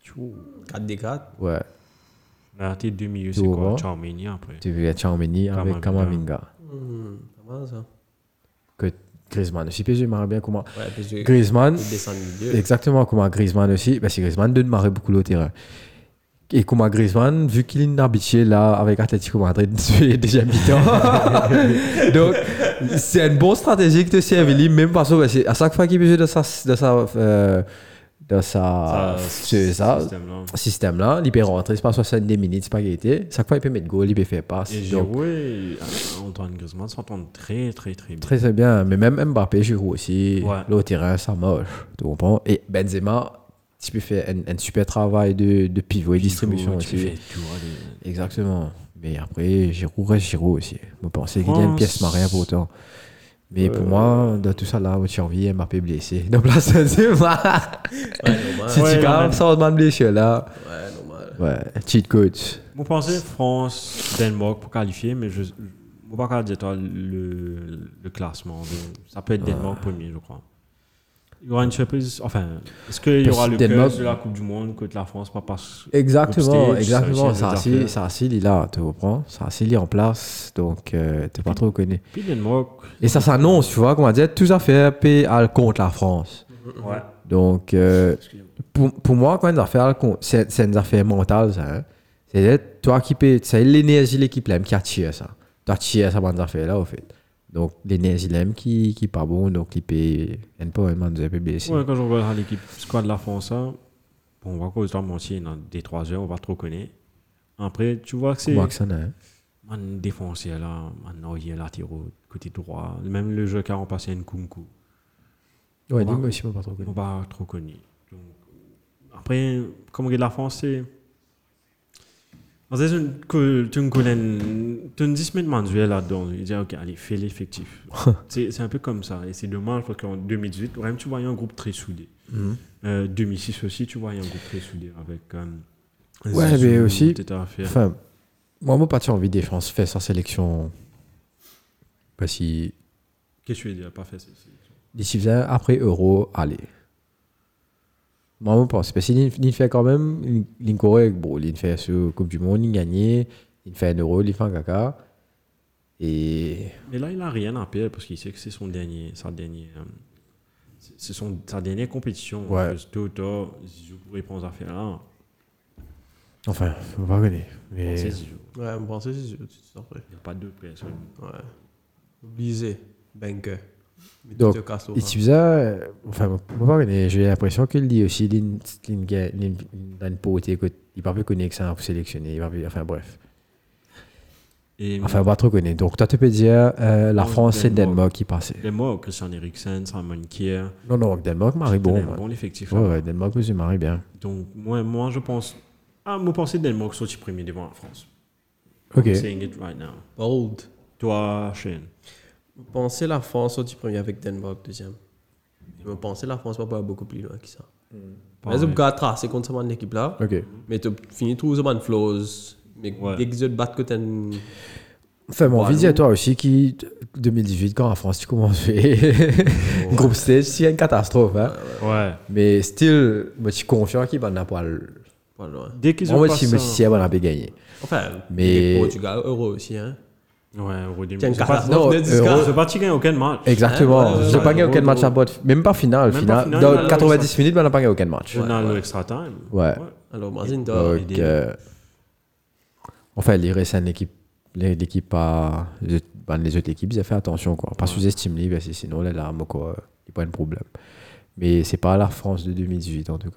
Tchou.
4 des 4.
Ouais,
Là, t'es deux milieux,
Tout
c'est
au
quoi
revoir.
Charmini après.
tu veux être Chamini avec
Kamavinga.
Kamavinga.
Hmm, Pas mal ça.
Que Griezmann aussi, PSG, j'aimerais bien comment.
Ouais, parce que tu
Griezmann,
descends du milieu.
Exactement, comme à Griezmann aussi. Parce que Griezmann donne marrer beaucoup le terrain. Et comme à Griezmann, vu qu'il est habitué là avec Atlético Madrid, il est déjà mi-temps. Donc, c'est une bonne stratégie que te sert, Willy, même parce que parce que à chaque fois qu'il est de sa, de sa, euh, de sa, ce- Ah, ça,
système-là.
système là, il peut rentrer, c'est pas 70 minutes, c'est pas gaieté. Chaque fois, il peut mettre goal, il peut faire passe.
Et
Donc,
Giroud et Antoine Griezmann s'entendent très, très, très bien.
Très très bien, mais même Mbappé, Giroud aussi,
Ouais.
le terrain, ça moche, tu comprends Et Benzema, tu peux faire un, un super travail de, de pivot et distribution
Tu
aussi.
fais tout, allez.
Exactement. Mais après, Giroud reste Giroud aussi. Vous pensez qu'il y a une
France. Euh.
pièce marée pour autant. Mais pour moi, dans tout ça là, votre envie, Mbappé blessé. Donc là, c'est Si
Ouais, normal.
Ouais,
tu
quand
gardes
même.
ça, on blessé là.
Ouais, normal.
Ouais, cheat coach.
Vous pensez France, Danemark pour qualifier, mais je ne vais pas dire toi, le, le classement. de- ça peut être
Ah.
Danemark premier, je crois. Il y aura une surprise. Enfin, est-ce qu'il y
Parce
aura
que
le
Danemark-
curse de la Coupe du Monde contre la France pas parce
Exactement,
Group stage,
exactement.
ça
Ça,
aussi,
c'est
c'est
ça, c'est là, tu comprends Ça, c'est en place, donc euh, t'es pas trop connu.
Puis Danemark.
Et ça s'annonce, tu vois, comment dire, tout à fait PA contre la France.
Ouais.
Donc, euh, pour, pour moi, quand une affaire, con- c'est c'est une affaire mentale, ça. hein. C'est être toi qui peux, c'est l'énergie de l'équipe l'aime qui attire ça. Toi, tu as ça, bonne affaire là, au fait. Donc, l'énergie l'aime qui qui pas bon, donc il peut, elle peut vraiment nous blessé.
Ouais, quand je regarde l'équipe squad de la France, hein, bon, on va cause toi mentir dans des 3 heures, on va trop connaître. Après, tu vois que c'est.
Comment que ça, hein?
Man défenseur là, man noyer latéraux, côté droit. Même le jeu qu'a remplacé Nkunku,
Ouais,
Comment-
nous aussi, on pas trop
on
connu.
pas trop connu. Donc, après, comme on dit de la France, c'est. En fait, tu- tu me connais, tu me dis, mais Manuel là-dedans, il dit, ok, allez, fais l'effectif. c'est c'est un peu comme ça, et c'est dommage parce qu'en 2018, quand même, tu voyais un groupe très soudé.
Mhm.
Euh, 2006 aussi, tu voyais un groupe très soudé avec. euh,
Ouais,
Zizou,
mais aussi-
t'étais à faire.
Enfin, moi, moi, pas de envie des France fait sa sélection. Parce si
Qu'est-ce que tu veux dire Pas fait, c'est- c'est-
D'ici là, après Euro, allez. Moi, je pense. Parce qu'il il fait quand même, il- il est correct. Bon, il fait sur Coupe du Monde, il gagne, il fait un Euro, il fait un caca. Et
Mais là, il a rien à perdre parce qu'il sait que c'est son dernier, sa dernière, euh, c'est- c'est son, sa dernière compétition.
Ouais.
Parce que Tôt ou tard, Zizou pourrait prendre affaire là.
enfin, faut pas gagner. Mais
Ah, C'est Zizou.
Ouais, me penser, c'est sûr, tu te sens prêt.
Il n'y a pas de personne.
Ouais. Obligé. Banker. Mais
Donc,
tu te casses au
Et
rang.
tu faisais, euh, enfin, moi, pas connaître, j'ai l'impression qu'il dit aussi, il a une pauvreté, écoute, il parle plus connaître ça hein, pour sélectionner, il parle plus- enfin bref.
Et
Enfin, pas trop connaître. Donc, toi, tu peux dire, euh, la
Non,
France, c'est
Danemark.
Danemark qui passait.
les morts, Christian Eriksen, Simon Kier,
Non, non, Danemark, Marie,
c'était
bon.
un
ouais.
bon effectif.
Ouais,
là-bas.
ouais, Danemark, monsieur Marie, bien.
Donc, moi, moi, je pense. Ah, moi, penser Danemark sorti premier devant la France.
Ok.
I'm saying it right now.
Bold.
Toi, Shane.
Pensez la France sortie premier avec Denmark deuxième. Je me pensais la France va pas beaucoup plus loin que ça.
Hmm.
Mais
Pareil.
je vais tracer contre cette équipe-là.
Ok.
Mais tu finis tous les bonnes flows. Mais
Ouais.
dès que tu te bats que t'as
Enfin,
Bah,
mon
Voilà.
envie à toi aussi, qui, 2018, quand la France, tu commences, groupe stage, c'est une catastrophe, hein.
Ouais.
Mais, still, moi, je suis confiant qu'il va en avoir. le-
pas loin.
Dès qu'ils ont
Moi,
passé
si, moi,
un-
si, elle va en avoir gagné.
Enfin,
Mais-
le Portugal, heureux aussi. Hein.
Ouais, au début.
Tiens,
Ils ont pas-
Non,
catastrophe,
euh,
Ils
Nedisca.
ont pas tiré aucun match.
Exactement.
Ouais, ouais,
J'ai
ouais,
pas gagné
ouais,
aucun
ouais.
match à boîte. Même pas finale.
Même pas
finale.
finale,
Dans
là,
90 minutes, on n'a pas gagné aucun match.
On a le extra time.
Ouais.
Alors, imagine, t'as-
Donc,
idée.
euh, enfin, l'IRS, c'est une équipe. les- L'équipe a. les- ben, les autres équipes, ils ont fait attention, quoi. Pas ben, sous-estime les, parce que sinon, là, là, moi, quoi, il n'y a pas de problème. Mais c'est pas la France de 2018, en tout cas.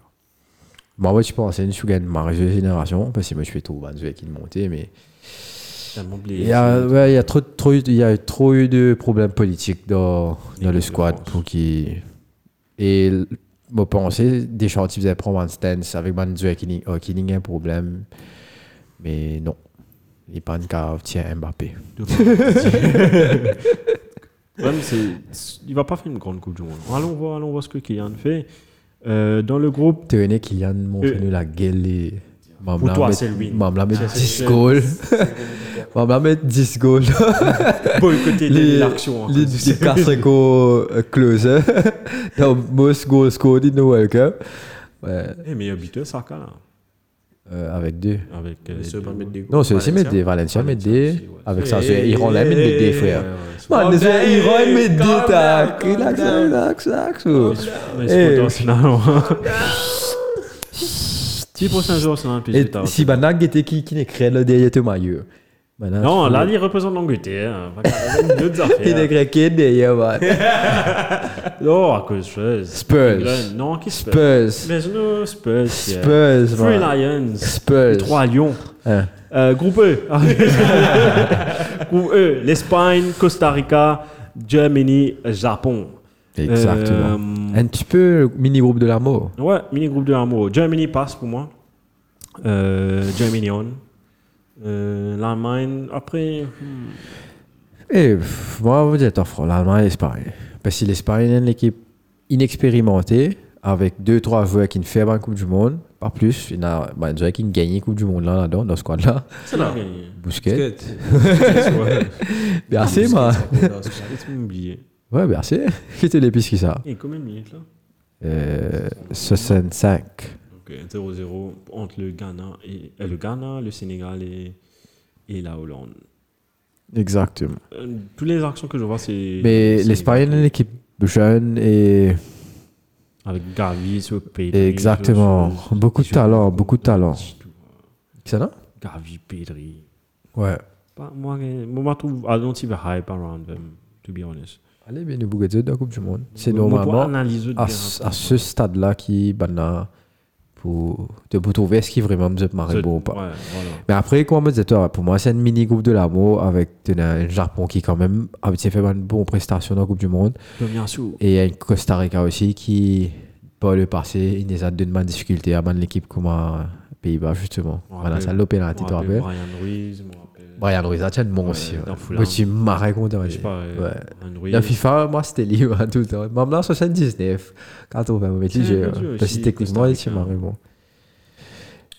Moi, ouais, je pense, c'est une Sugan, ma de génération, parce que moi, je suis trop ben, je vais qui de monter, mais.
Tellement oublié.
Il y a, ouais, il y a trop, trop, eu- il y a eu trop eu de problèmes politiques dans, dans
L'équipe
le
de
squad
France.
pour qui. Et l- moi, penser des chantiers faisaient prendre un stance avec Manzoué qui n'y- euh, qui n'y a un problème. Mais non. Il pas une carte, tiens Mbappé.
Ouais, mais c'est- il va pas faire une grande Coupe du Monde. Allons voir, allons voir ce que Kylian fait. Euh, dans le groupe,
Tenez, Kylian montre
Euh.
nous la gueule. et- Maman
Pour
la
toi,
met-
c'est le win.
Maman la met
C'est-
10
c'est-
goals. Maman la met 10 goals.
boycotter
Les-
l'action. hein.
Les les Castreco euh, close. hein. Dans most goals scored in the World Cup. Ouais,
Les meilleurs buteurs, Saka, là.
euh, avec deux.
Avec, euh,
Mais ceux pas mettre des goûts.
Non, c'est aussi
Valencia.
Medé, Valencia
Valencia
Medé,
aussi, ouais.
avec ça,
Et-
c'est Iran là, Medé, frère. Man,
Calm
les
down,
Iran Medé,
calm
tac,
down,
relax,
calm down.
relax, relax.
Mais
Eh.
c'est pas dans Petit prochain jour, c'est un peu
Et si Banak était qui, qui n'est créé le derrière te maillot
Non, là, il représente l'Angleterre. Pas grave, il y a D'autres
il est
affaires.
créé derrière, man.
Oh, à cause de choses.
Spurs.
England. Non, qui Spurs
Spurs,
Mais nous, Spurs. yeah.
Spurs,
Three
man.
Lions. Les
Spurs.
Trois lions.
E. Hein.
Euh, groupe E. groupe E. L'Espagne, Costa Rica, Germany, Japon.
Exactement.
Euh,
Un petit peu mini-groupe de l'amour.
ouais, mini groupe de l'amour. Germany passe pour moi. Euh, Germany on. Euh, L'Allemagne, après. hmm,
Et Eh, pff, moi, vous dites, offre l'Allemagne et l'Espagne. Parce que l'Espagne est une équipe inexpérimentée, avec deux, trois joueurs qui ne font pas la Coupe du Monde, pas plus. Il y en a bah, un joueur qui a gagné la Coupe du Monde là, là-dedans, dans ce squad-là.
C'est là.
gagné.
Bousquet.
Basket.
Bien assez, moi.
J'ai tout oublié.
Ouais, bien assez. Qui était l'épice qui ça
Il y a combien de minutes là
euh, 65.
Donc euh, 0-0 entre le Ghana, et, euh, le, Ghana le Sénégal et, et la Hollande.
Exactement.
Euh, toutes les actions que je vois, c'est.
Mais
c'est-
l'Espagne est une équipe jeune et.
Avec Gavi, ce Pedri.
Exactement.
ce- ce-
Beaucoup de
ce-
talent, beaucoup de talent.
tout.
Ça là
Gavi, Pedri.
Ouais.
Pas- moi, euh, moi, je trouve- I don't see the hype around them, to be honest.
Allez, bien, nous bougeons de la Coupe du Monde. C'est
Moi, Pour
normalement. Ah,
analyser de
à,
bien
ce-
rapidement.
à ce stade-là qui ben là, pour de pour trouver est-ce qu'il vraiment me paraît beau ou pas.
Ouais, voilà.
Mais après, comme on me disait, toi, pour moi, c'est un mini groupe de l'amour avec un- un Japon qui, quand même, a fait une bonne prestation dans la Coupe du Monde.
Tomiyasu.
Et il y a une Costa Rica aussi qui, par le passé, il nous a donné de difficulté à ben l'équipe comme à Pays-Bas, justement.
On
Voilà,
rappelle-
ça l'a pénalité, tu
Je me
te
rappelle
rappelles
Brian Ruiz, je me rappelle-
Brian Ruiz, ça tient le
Ouais,
bon aussi.
dans
ouais.
Fulham.
Moi, tu m'as content.
Je sais pas, euh,
Ouais.
Brian Ruiz.
La FIFA, moi, c'était libre hein, tout le temps. Même là, 79, 80, mais tu
Ouais,
sais,
mon
euh,
Dieu,
parce que
si
techniquement,
Costa
il s'est
Rica.
marré, bon.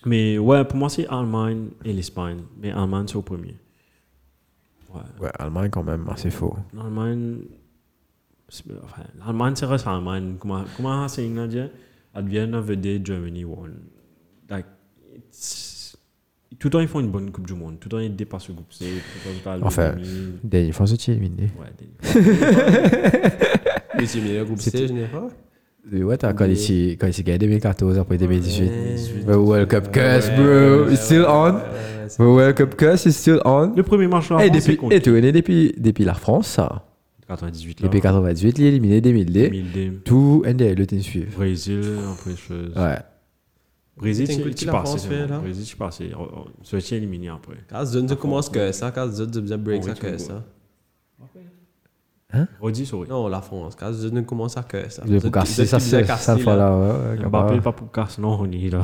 Mais ouais, pour moi, c'est Allemagne et l'Espagne. Mais Allemagne, c'est au premier. Ouais.
Ouais, Allemagne, quand même, assez faux.
L'Allemagne. c'est- Enfin, L'Allemagne, c'est reste Allemagne. Comment, comment c'est une dire er- At the end of the day, Germany won. Like, it's- Tout le temps, ils font une bonne Coupe du Monde. Tout le temps, ils dépassent le groupe C. Tout le temps, t'as
Enfin.
l'Allemagne.
Dernière fois, c'est éliminé.
Ouais, des-
Mais c'est mieux, le groupe C, je n'ai pas.
Ouais, t'as quand il s'est quand il s'est gagné 2014, après 2018. The
2018.
World Cup curse,
Ouais,
bro.
ouais,
It's still
ouais,
on.
ouais, ouais,
The World Cup curse is still on.
Le premier match, là,
Et
c'est
depuis,
contre.
et tu connais depuis, depuis la France, ça.
98 là.
Les P98, il a éliminé 2000D.
2000D.
Tout NDL, le team suivre.
Brésil, après je...
Ouais.
Brésil,
T'as
tu
écouté
tu
la
passes.
France
c'est
fait,
bon.
là
Brésil, tu passes. On- on- Ça a été éliminé après.
Quand Zone commence que ça, quand Zone se break ça que ça.
Rodis, oui.
Non, la France, quand Zone commence à que ça.
Le Boucassi, ça, c'est ça, voilà. ouais, ouais,
Mbappé,
capable.
pas pour Cars, non, on est là.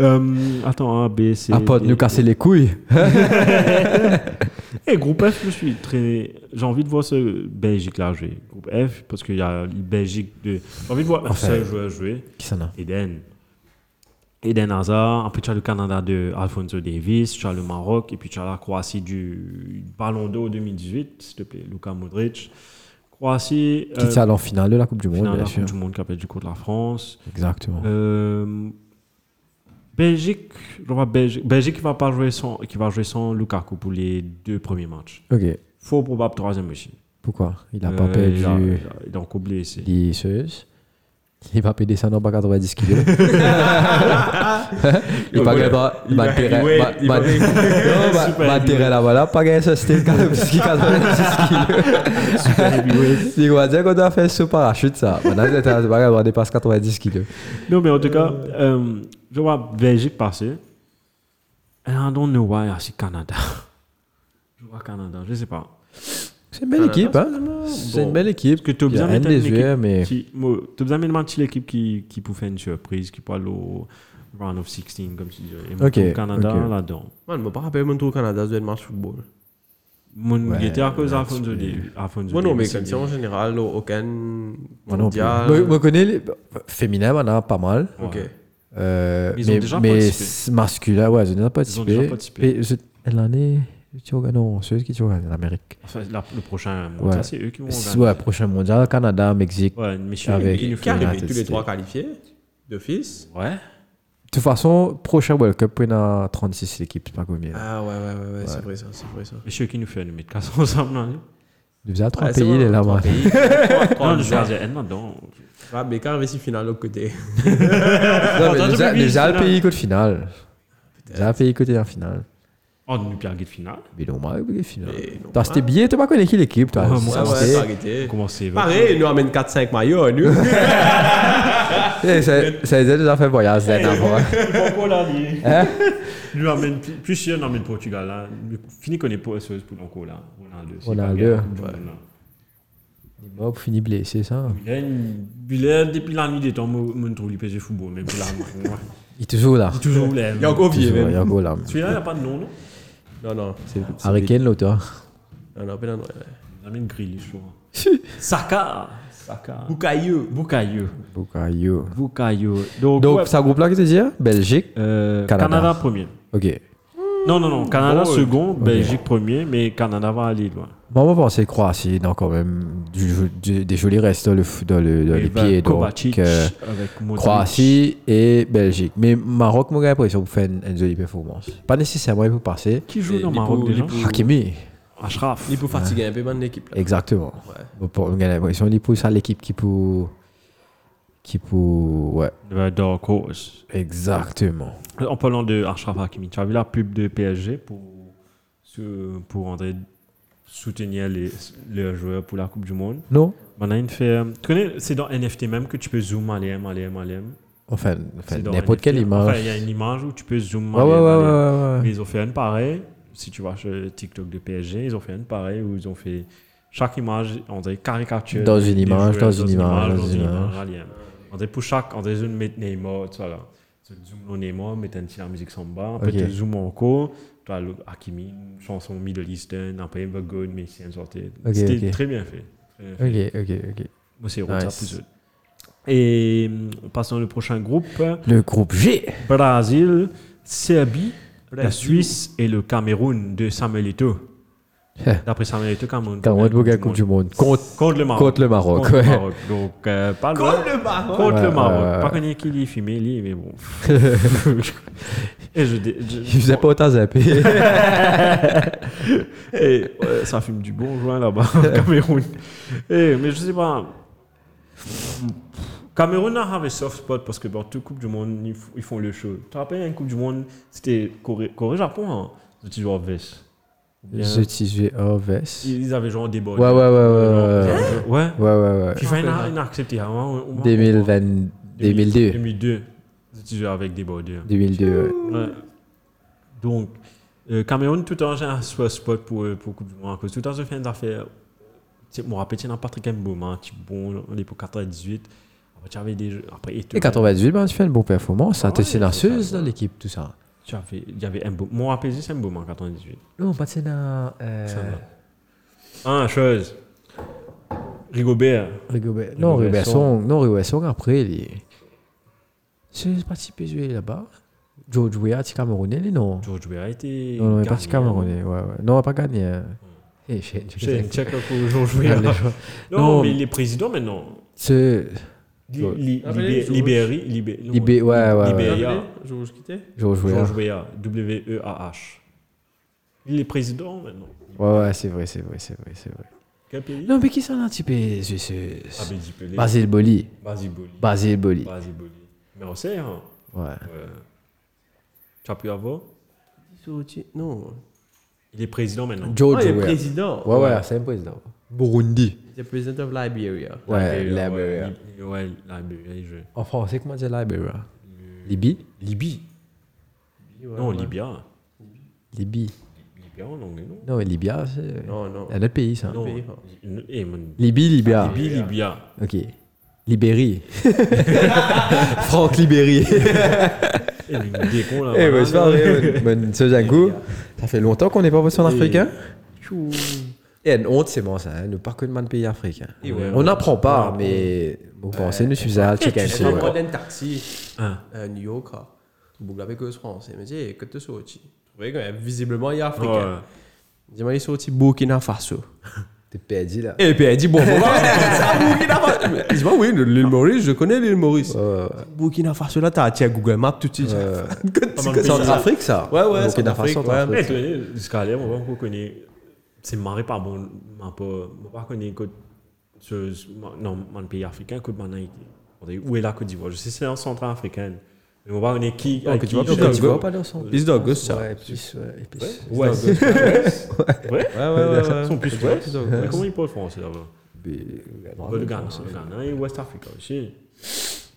Euh, attends, A, B, C.
Ah, pote,
D,
nous
E.
casser les couilles.
Eh, groupe F, je suis très. J'ai envie de voir ce Belgique-là jouer. Groupe F, parce qu'il y a une Belgique de. J'ai envie de voir un
Enfin.
seul joueur jouer.
Qui s'en a
Eden. Eden Hazard. Après, tu as le Canada de Alfonso Davis. Tu as le Maroc. Et puis, tu as la Croatie du Ballon d'Or 2018, s'il te plaît. Luka Modric. Croatie. euh,
Qui tient en finale de la Coupe du Monde,
finale de
bien
la Coupe
sûr.
du Monde qui a perdu contre la France.
Exactement.
Euh, Belgique, je vois Belgique, Belgique qui va pas jouer sans, qui va jouer sans Lukaku pour les deux premiers matchs.
Ok.
Faux probable troisième aussi.
Pourquoi Il n'a
Euh,
pas
Il a,
perdu
il a- il a encore blessé.
les seuses. Il va pas descendre en bas 90 kg. Il va gagner pas. Il va tirer.
ouais,
va-
il
va-
va-
Non, va-
Super
va
heavyweight.
tirer là, voilà. Pas gagner ce style 90 kg. Il va dire qu'on doit faire ce parachute, ça. Maintenant, c'est un bagage, on dépasse 90 kg.
Non, mais en tout cas, euh, je vois Belgique passer. Et I don't know why, ah, c'est Canada. Je vois Canada, je sais pas.
C'est une belle équipe, hein. C'est une
Euh, Bon.
belle équipe.
Parce que
Il
Tobia
y a
met
un des
une
yeux,
équipe
mais-
qui, moi, Tobia met une petite équipe qui, qui peut faire une surprise, qui peut aller au round of 16, comme tu dis. Et moi,
Ok,
comme Canada
ok.
là-dedans.
Man, je me rappelle mon tour au Canada, je match football.
Mon
Ouais,
il était à cause
ouais,
d'Alfonso
tu-
Davies. Alfonso
Moi non, mais
Davies,
comme
il-
ça, en général, au- aucun
Moi non plus.
mondial.
Moi, moi, connais les féminins, on en a pas mal.
Ouais.
Ok.
Euh,
Ils ont
mais
déjà
mais
participé.
s- masculin, ouais, ils ont déjà
Ils ont
participé.
déjà participé.
Et je- elle en est. tu regardes- Non, c'est eux qui tu regardes, en Amérique.
Enfin, la- le prochain
Ouais.
mondial, c'est eux qui vont gagner.
Ouais, prochain mondial, Canada, Mexique.
Ouais, monsieur,
Avec-
il nous
Et
fait
Car-
Carrément,
United
tous les
States.
trois qualifiés d'office.
Ouais.
De toute façon, prochain World Cup, on a 36 l'équipe, c'est pas combien.
Ah ouais, ouais, ouais, ouais, c'est vrai ça, c'est vrai ça.
Monsieur qui nous fait une mètre 400 ensemble. Non,
Il faisait à trois
Ouais, c'est
pays,
vrai,
les là
trois
bas
pays. Trois- trois
je
bizarres.
faisais un là-dedans.
Ah, mais quand réussit finale de l'autre côté.
Attends,
Déjà,
j'ai
déjà le
oublié,
pays côté finale. Déjà le pays côté en finale.
Oh, nous pierre guide finale.
Mais non, moi, le finale.
Mais non,
T'as acheté billet, t'as pas connu qui l'équipe, toi.
Ouais, moi,
Ouais,
Ça,
ouais,
c'est-
c'est arrêté.
Comment c'est
Pareil, il nous amène 4-5 maillots, nous.
Eh, ça- Ça les a déjà fait voyage, les d'avant. Hein
Lui amène plus- plus sûr, amène Portugal là. Lui, Fini qu'on est pas SOS pour l'encore là. On a deux. c'est
On a
pas
deux.
grave. Voilà.
Hop, fini blessé, ça.
Il est une- il est depuis la nuit des temps, mon mon trou, il pèse du football, même pour la main. Ouais.
Il est toujours là.
Il est toujours là.
Il y a encore
Il
vieux,
est
même.
encore là.
Celui-là, il n'y a pas de nom, non
Non, non. c'est- c'est-
Harry Kane, l'auteur.
Non, non, non, non. ouais.
Il amène Grealish, je crois. Saka Saka.
Bukayo.
Bukayo.
Bukayo.
Bukayo. Donc,
Donc,
ouais,
ça groupe là, qu'est-ce que tu dis Belgique.
euh,
Canada.
Canada. premier.
Ok.
Non, non, non. Canada
Oh,
second, Belgique premier, mais Canada va aller loin.
Moi, moi, pensais Croatie, donc quand même du- du- des jolis restes dans, le, f- dans, le, dans
Et
les
va
pieds. Donc,
Kovacic
euh,
avec Modric.
Croatie et Belgique. Mais Maroc, moi, j'ai l'impression pour faire une, une jolie performance. Pas nécessairement, il peut passer.
Qui joue dans
Les-
Maroc
les-
déjà
les-
Hakimi,
Ashraf.
Il est pour fatiguer un peu, man, l'équipe. là.
exactement.
Ouais.
Bon, pour- J'ai l'impression qu'il pousse à l'équipe qui peut. Qui peut. Ouais,
Euh, Dark Horse.
exactement.
Euh, En parlant de Ashraf Hakimi, tu as vu la pub de PSG pour, ce- pour André soutenir les, les joueurs pour la Coupe du Monde.
Non
On a une fait. euh, Tu connais, c'est dans NFT même que tu peux zoom à l'EM, à l'EM, à l'EM.
Enfin, enfin,
C'est dans
n'importe
NFT.
quelle image.
Enfin, il y a une image où tu peux zoom
ouais,
à
ouais,
l'EM,
ouais,
à l'EM.
ouais, ouais.
Mais ils ont fait une pareille. Si tu vas sur le TikTok de PSG, ils ont fait une pareille où ils ont fait chaque image, on dirait caricature.
Dans
des
une image,
joueurs,
dans une image, dans une image.
alien. On dirait pour chaque, on dirait une mettre Neymar, tout ça là. Tu zoomes le Neymar, mettre une petite musique samba, après
Ok.
tu zoomes encore, tu as le Hakimi, une chanson Middle Eastern, après The Good, mais c'est une sortie.
Ok,
C'était
ok.
très bien fait. Très bien fait.
Ok, ok, ok.
Moi, c'est Rota
Nice.
pour eux. Et hum, on passe dans le prochain groupe.
Le groupe G.
Brésil, Serbie, la
Brésil.
Suisse et le Cameroun de Samuel Eto'o.
Heh.
D'après Samuel Eto'o, Cameroun.
Cameroun
gagne
pour la Coupe du Monde. Contre,
Contre le Maroc.
contre le Maroc.
Contre le
ouais.
Maroc. Donc, euh, pas loin.
Contre le Maroc.
Contre le
Ouais,
Maroc.
ouais, ouais.
Pas connu qui l'y fumait, lui, mais bon. et je, dé- je-
Il faisait pas autant zapper.
Et, Eh, ouais, ça fume du bon joint là-bas, au Cameroun. Et, mais je sais pas. Cameroun a un soft spot parce que dans toute Coupe du Monde, ils, f- ils hein? font le show. Tu te rappelles, une Coupe du Monde, c'était Corée- Corée-Japon, hein, de toujours veste. Il y a-
Je disais Ovest. Ouais,
Ils avaient genre des bols.
ouais, ouais, ouais.
Euh,
Ouais,
genre- Ouais.
ouais, ouais. ouais.
FIFA, il a- il a accepté. hein, ouais, ouais, ouais.
2020, 2002.
2002. Ils jouaient avec des hein. bols.
2002, ouais.
Ouais. Donc, euh, Cameroun, tout le temps, j'ai un swear spot pour, euh, pour Coupe du Monde. Parce que tout le temps, j'ai fait une affaire. Tu sais, je me rappelle, tu n'as pas très qu'un moment, tu bon, on est pour 98. Après, tu avais des jeux. Après, et
Et 98, ben, tu fais une bonne performance.
Ouais,
T'es
c'est
silencieuse
ça,
dans
ouais.
l'équipe, tout ça.
tu avais, il y avait un beau. Je me rappelle, c'est un moment, 98.
Non, pas de dans. euh,
Ça va. Ah, chose. Rigobert.
Rigobert. Non, Rigobert Song. Non, Rigobert Song, après, il est. C'est participé jouer là-bas. George Weah, petit Camerounais, lui, non.
George Weah était.
Non, non, il est
gardien.
parti Camerounais, ouais, ouais. Non, pas gagné. hein. Eh, j'ai-
J'ai
j'ai-
une check pour George Weah.
Regarde les gens.
Non,
Non.
mais il est président maintenant.
C'est
Li-
George.
li-
Appelez
Libé-
George.
Libéry. Libé- non,
Libé- ouais, ouais, ouais.
Libéria.
Je vous quittais.
George Weah.
George Weah, W-E-A-H. Il est président maintenant.
Ouais, ouais, c'est vrai, c'est vrai, c'est vrai, c'est vrai.
Quel pays
Non, mais qui sont là, type euh, c'est- c'est-
Abedi Pelé.
Basile Boli.
Basile Boli.
Basile Boli.
Basile Boli. Mais on sait, hein.
Ouais.
Ouais. Tu as pu avoir
Non.
Il est président maintenant.
George
Ah, il est
Weah.
président.
Ouais, ouais, c'est un président. Burundi.
Il est président of Liberia.
Ouais,
Libéria,
Liberia.
E ouais, Lib- Ouais, Libéria, E il joue.
En français, comment dire Liberia Libye
Libye. Non, Libya.
Libye.
Libya en anglais, non
Non, mais Libya, c'est
Non, non.
un autre pays, ça.
Non.
Libya.
Li- eh, mon-
Libye, Libya.
Libye, Libya.
Ok. Libéry. Franck Libéry.
Eh, mais il est con, là.
Eh,
voilà.
ouais, c'est pas vrai. Bon, ce Django, ça fait longtemps qu'on n'est pas passé en africain.
Chou.
Et une honte, c'est bon, ça. hein, Ne pas que de man pays africain.
Et ouais.
On n'apprend pas, mais vous pensez, nous suffisons à checker
tu
ici.
sais,
ouais.
Quand on prend un taxi
Ah.
à New York, vous l'avez que français. Mais dis, que tu sorti Vous voyez quand même, visiblement, il est africain.
Ouais.
Dis-moi, il est sorti Burkina Faso.
T'es perdu, là.
Et puis elle dit, bon, bon, Burkina Faso. Mais Dis-moi, bah oui, l'île Maurice, je connais l'île Maurice.
Ouais, ouais, ouais.
Burkina Faso, là, t'as tiens Google Maps tout de suite.
Euh,
Pas mal
C'est en
de
Afrique, ça
Ouais, ouais,
Burkina
Centrafrique,
Faso,
ouais.
Centrafrique.
Mais Eh, tu connais, jusqu'à là, on va reconnaître. C'est marré par bon. On va pas connaître. Non, mon pays africain, que mon Haïti. On dit, Où est la Côte d'Ivoire Je sais, c'est en centrafricaine. Mais on va connaître qui.
Oh,
à
que
qui-
tu vois,
Côte
Putain,
d'Ivoire,
go-
pas dans son-
It's the ghost, ça.
Ouais, plus, ouais, plus.
Ouais,
It's the ghost.
Ouais,
Ouais, ouais, ouais. ouais.
Ils sont plus
Ouais,
ouest.
it's the
Mais
ghost.
Comment ils parlent français là-bas
Mais-
Bah, Le Ghana, le Ghana et West Africa aussi.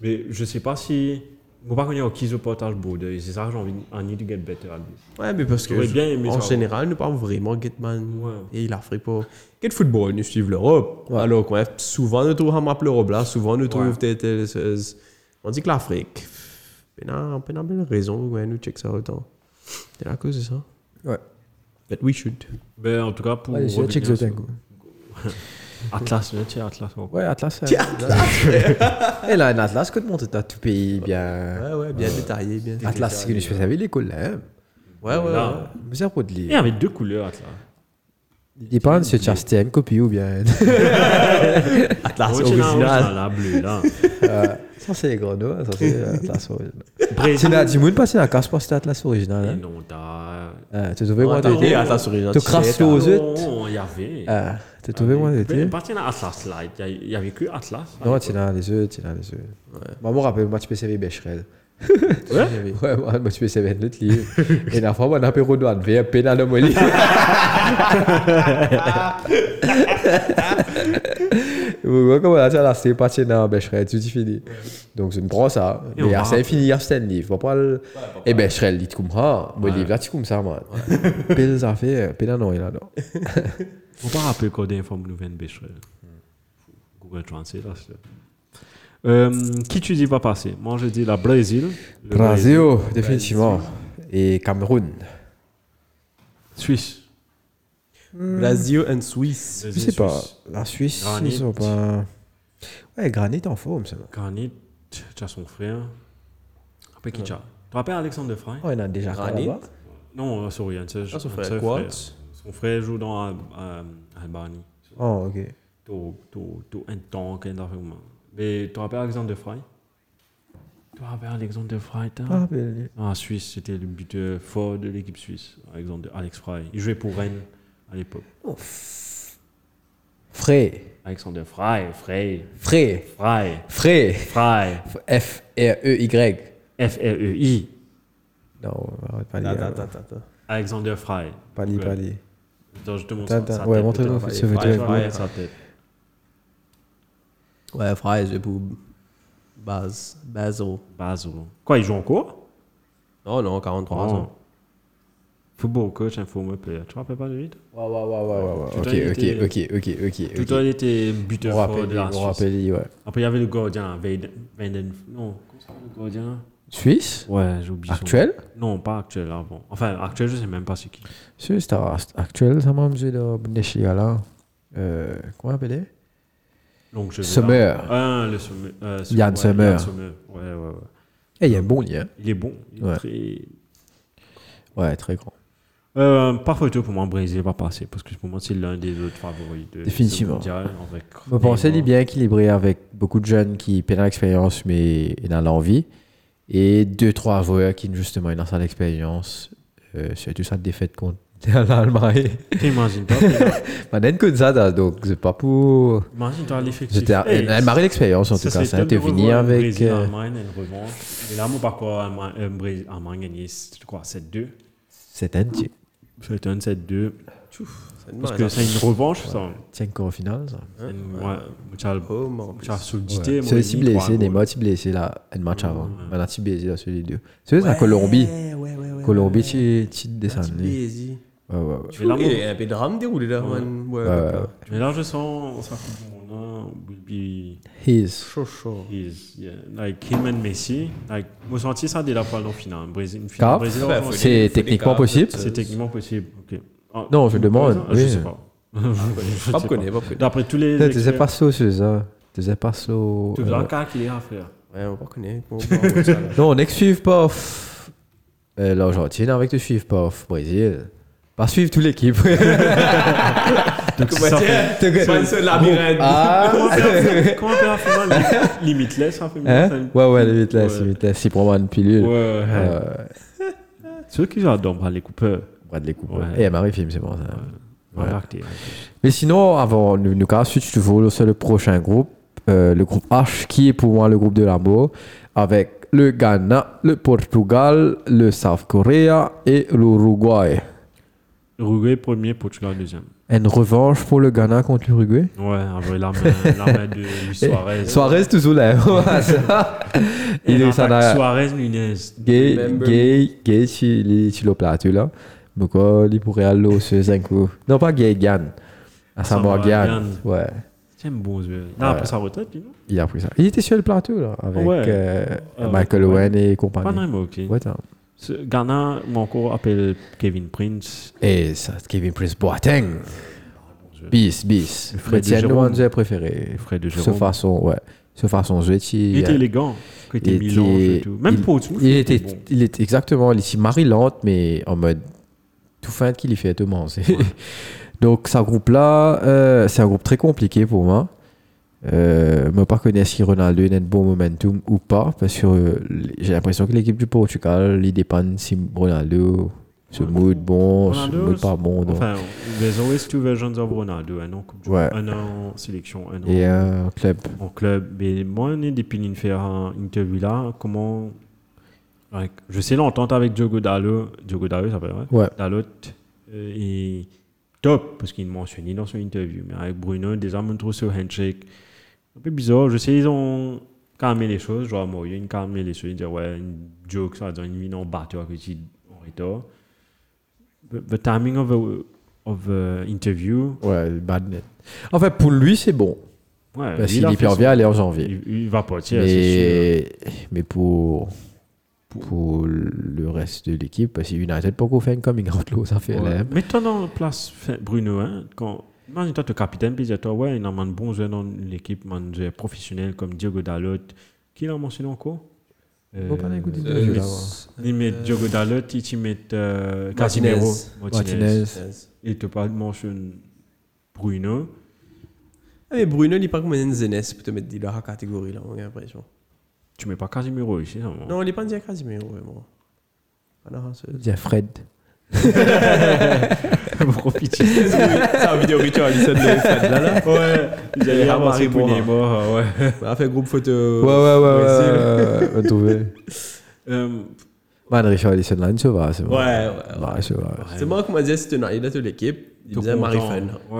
Mais je sais pas si. On va pas connaître qui se portage border. Et C'est ça que j'ai envie. de- I need to get better at this.
Ouais, mais parce que
J'aurais bien aimé
en
ça.
général, nous parlons vraiment Getman
Ouais.
et l'Afrique pour Get football, nous suivons l'Europe. Alors qu'on est- souvent nous trouvons un map l'Europe là, souvent nous trouvons des- des- des- on dit que l'Afrique. On a une belle raison ouais, nous check ça autant. C'est la cause de ça.
Ouais.
But we should.
Ben, en tout cas, pour.
Allez, c'est
revenir
check
sur-
the tango.
Atlas, tu sais, Atlas. encore.
Ouais, Atlas. euh, Et là, un Atlas, que te montre, t'as tout pays, bien.
Ouais, ouais, bien détaillé, bien.
Atlas, c'est que je faisais avec l'école, là. hein.
Ouais, ouais.
Là,
ouais.
Mais c'est pour de
Et
lire.
avec deux couleurs, Atlas.
Il parle de Chastain, copie ou bien.
Atlas
Ouais, c'est là,
original.
ouais, c'est là, bleu, là.
Euh, Ça, c'est les grenouilles, ça, c'est euh, Atlas original. C'est
Brésil.
là, tu m'as passé la casse pour cet Atlas original.
Et
hein.
Non, hein. t'as.
Euh, T'as trouvé moi
Attends,
d'été.
Atlas original.
Te
tu sais,
crasse
t'as-
l'eau. Aux
Non, il y avait.
Euh, T'as trouvé moi d'été.
Mais partir dans Atlas, là. Il y a- Il y avait que Atlas.
Non, tu l'as les yeux, tu l'as les yeux. Maman rappelle, moi, tu peux servir Becherel.
Ouais.
Ouais, moi, moi, tu peux servir l'autre livre. Et la fois, on a apéro de Anve, un pénal de Molly. Vous voyez comment on a dit, là, c'est parti dans Becherel, tout est fini. Donc, je ne prends ça.
Et on
Mais
va-
c'est infini, il y a ce livre. Pas le... Et Becherel, il te comprend. Molly, là, tu comprends ça, moi. Pénal ça fait, pénal non, il a non.
Faut pas rappeler qu'on est informe nouvelle Bécherel. Google Translate, là. c'est- Euh, qui tu dis va passer Moi, je dis la Brésil. le
Brésil, définitivement. Et Cameroun.
Suisse.
Brazil and Suisse.
Je sais pas. La Suisse,
Granit.
ils sont pas. Ouais, Granit en forme, ça.
Granit, tu as son frère. Après, qui tu as Tu te rappelles Alexandre de Frey
Oh, il en a déjà pas
Granit.
là-bas.
Non, euh, sorry, un de ses-
Ah, son
un de
frère
ses
Quartz.
frères. Son frère joue dans euh, euh, Albanie.
Oh, ok.
tout, tout, tout un temps qu'il a fait. Mais tu te rappelles Alexandre de Frey Tu te rappelles Alexandre de Frey t'as-
Ah, ben,
En Suisse, c'était le buteur fort de l'équipe suisse, Alexandre, Alex Frey. Il jouait pour Rennes à l'époque.
Fré.
Alexandre Frey, Frey,
Fré.
Frey,
Fré.
Frey,
E F-R-E-Y.
F-R-E-I.
Non, arrête, pas
Attends,
lire.
attends, attends.
Alexander Frey.
Pas lire,
Ouais.
pas lire.
Attends, je te montre
Attends,
sa- sa
ouais,
tête,
montre-nous
peut-être.
ce vidéo.
Ouais, ouais, sa tête.
Ouais, frère, j'ai pour base. Basil.
Basel. Quoi, il joue encore
Non, non, 43
Oh.
ans.
Football coach and former player. euh, Tu te rappelles pas de lui toi
Ouais, ouais, ouais, ouais, ouais, ouais.
Tout
Ok,
le temps, il
ok, ok, ok, ok.
Tout le temps, il était buteur
On
fort
rappelle,
de la
on
Suisse.
rappelle, ouais.
Après, il y avait le gardien, Vaden. Vaden- Non, comment s'appelle le gardien
Suisse
Ouais, j'ai oublié. son nom.
Actuel
Non, pas actuel, avant. Enfin, actuel, je sais même pas c'est qui.
Suisse, t'as- actuel, ça m'a amusé de Bundesliga là. Euh, Comment appeler
Donc, je vais
Sommer.
là. Ah, le Sommer. Euh, Sommer,
Yann
ouais,
Sommer.
Yann Sommer. Ouais, ouais, ouais.
Eh, il y a un bon lien.
Il est bon. Il est
Ouais.
très-
Ouais, très grand.
Euh, par photo, pour moi, Brésil va passer parce que pour moi, c'est l'un des autres favoris de
Définitivement.
ce mondial. Avec
Vous pensez bien équilibré avec beaucoup de jeunes qui peinent à l'expérience mais dans l'envie et deux trois joueurs qui justement dans cette expérience euh, surtout sa défaite contre l'Allemagne.
Imagine-toi, t'es-
Manen comme ça là, donc c'est pas pour
imagine-toi l'effectif.
c'était un-
Hey,
un- un marré d'expérience en tout cas
Ça, c'est
ça
top de
te venir
revoir le
avec
Brésil,
euh,
l'Allemagne, une revanche. Et là, mon parcours Allemagne, euh, Brésil- Allemagne gagné, c'est quoi, 7-2
cet anti
C'est un 7-2.
C'est une
Parce
marée,
que
ça.
c'est une revanche, ça.
tiens encore au final ça.
C'est une- Ouais, Mouchal-
Hein? Oh, mon
Mouchal soudité,
Ouais.
moi,
Celui-ci
il dit, trois
blessé,
goals.
Neymar blessé là un match avant. Maintenant tu blessé là celui deux. Celui la Colombie.
Ouais, ouais, ouais, ouais.
Colombie tu tu descends.
Petit
Ouais
baiser.
ouais ouais.
Mais là, moi-
Il y a un peu de rame déroulé là, man. Ouais,
Ouais,
ouais.
ouais.
Mais là, je sens, on s'en fout du monde, hein, will be-
His.
Chaud, chaud.
is, yeah, like him and Messi, like, moi, j'ai senti ça dès la finale en finale. Brésil, une finale
Cap.
Brésil,
Bah,
en-
faut-
C'est
faut
techniquement
des
possible.
cartes.
c'est techniquement possible. ok. Ah,
Non, je
vous
demande,
connaissez Ah, Je
oui.
sais pas.
Pas
Je
me
sais pas.
connaît, pas me connaît.
D'après tous les.
Tu faisais
experts-
pas ça, c'est ça. Tu faisais pas ça.
Tout
euh,
le cas qu'il est à faire.
Ouais, on pas connaît. On va- ça, là.
Non, on n'est que suivre pas f- euh, l'Argentine avec te suivre pas f- Brésil. Pas suivre toute l'équipe. Hein?
Donc,
Comment
ça
dire
fait-
C'est pas une seule labyrinthe.
ah,
Comment faire- comment faire un final lim- limitless, un peu
hein? Ouais, ouais, le vitesse, le vitesse. C'est pour moi une pilule.
Ouais.
Euh,
Ceux qui adorent Bradley Cooper.
Bradley Cooper.
Ouais.
Et Marie Film, c'est bon ça. Ouais.
Remarquez.
Mais sinon, avant nous, nous casser, tu vois, c'est le prochain groupe, euh, le groupe H, qui est pour moi le groupe de l'amour, avec le Ghana, le Portugal, le South Korea et l'Uruguay.
Uruguay premier, Portugal deuxième.
Une revanche pour le Ghana contre l'Uruguay
Ouais, avec la main, la main de Luis Suarez.
Suarez toujours là. ouais, ça.
Et
Il est ça
l'attaque
là.
Suarez Nunez.
Gay,
Remember
gay, gay, tu l'es sur le plateau là. Donc, euh, il pourrait aller au ce cinq coups. Non, pas gay, Gan. À Samoa
Samoa
Gyan. Ouais,
J'aime bon ce gars. Non, après sa retraite, puis non.
il a pris ça. Il était sur le plateau là, avec
Ouais.
euh,
Euh,
Michael
ouais.
Owen et
Pas
compagnie.
non, mais ok.
Ouais, attends.
Ce Ghana, ou encore appelle Kevin Prince.
Et ça, c'est Kevin Prince Boateng.
Oh,
Bis, bis.
Le frère
Mais
de
C'est un de
Jérôme.
mes joueurs préférés.
Les frères de
Ce
Jérôme.
façon, ouais. Ce façon, je
il était élégant. Côté
euh, Il
Milan
était-
et tout. Même pour tout.
Il était,
bon.
il était exactement, il était Marie lente, mais en mode tout fin qu'il y fait tout manger. Donc, ce groupe-là, euh, c'est un groupe très compliqué pour moi. Euh, me pas connaître si Ronaldo est un bon momentum ou pas, parce que euh, l- j'ai l'impression que l'équipe du Portugal, il dépend si Ronaldo se mood bon, se
Ronaldo,
mood pas bon. donc.
Enfin, there's always two versions of Ronaldo. Un an, Coupe du-
Ouais.
un an en sélection, un an
Et un club.
en club. Mais moi, on est depuis de faire un interview là. Comment. like, je sais l'entente avec Diogo Dalo. Diogo Dalo, ça s'appelle, ouais.
Ouais.
Dalot euh, est top parce qu'il mentionné dans son interview. Mais avec Bruno, déjà, on trouve ce handshake un peu bizarre. Je sais, ils ont calmé les choses. Genre, Mourinho, ils ont calmé les choses. Ils disent, ouais, une joke, ça veut dire une mine en batteur que tu en retard. The, the timing of the, of the interview,
Ouais, bad net. Enfin, pour lui, c'est bon.
ouais,
Parce
il
qu'il
a
Bah, y
fait son-
parvient à aller en janvier.
il, il va partir, c'est sûr.
Mais, mais pour, pour le reste de l'équipe, parce que United, pas qu'on fait un coming out là, ça fait l'air.
Mais toi, dans la place, fait, Bruno, hein, quand. Imagine toi, tu capitaine, puis dis-toi, ouais, il y a un bon joueur dans l'équipe, un joueur professionnel comme Diogo Dalot. Qui l'a mentionné encore Euh,
Bon, pas d'un coup, dis-
Euh,
Je vais
Il met
euh,
Diogo Dalot, il met euh, Casimiro. Martinez.
Martinez.
Il te parle, mentionne Bruno.
Ah, mais Bruno, il parle comme un Zenes pour te mettre dans la catégorie là, on a l'impression.
Tu mets pas Casimiro ici, non moi.
Non, il est pas dire Casimiro, ouais, bon. Ah non, c'est.
Il y a Fred.
Profite.
C'est un vidéo ritual, c'est de là, là. Ouais,
Ils allaient ramasser pour Neymar, euh, ouais.
On a fait groupe photo.
Ouais, ouais, ouais,
Brésil.
ouais. On trouvait.
Euh,
Man, Richard, il se lance, ça va, c'est bon.
Ouais, ouais, ouais.
Ouais, ça va.
C'est moi qui m'a dit, c'est une idée de l'équipe. Il disait Marie-Fan.
Ouais.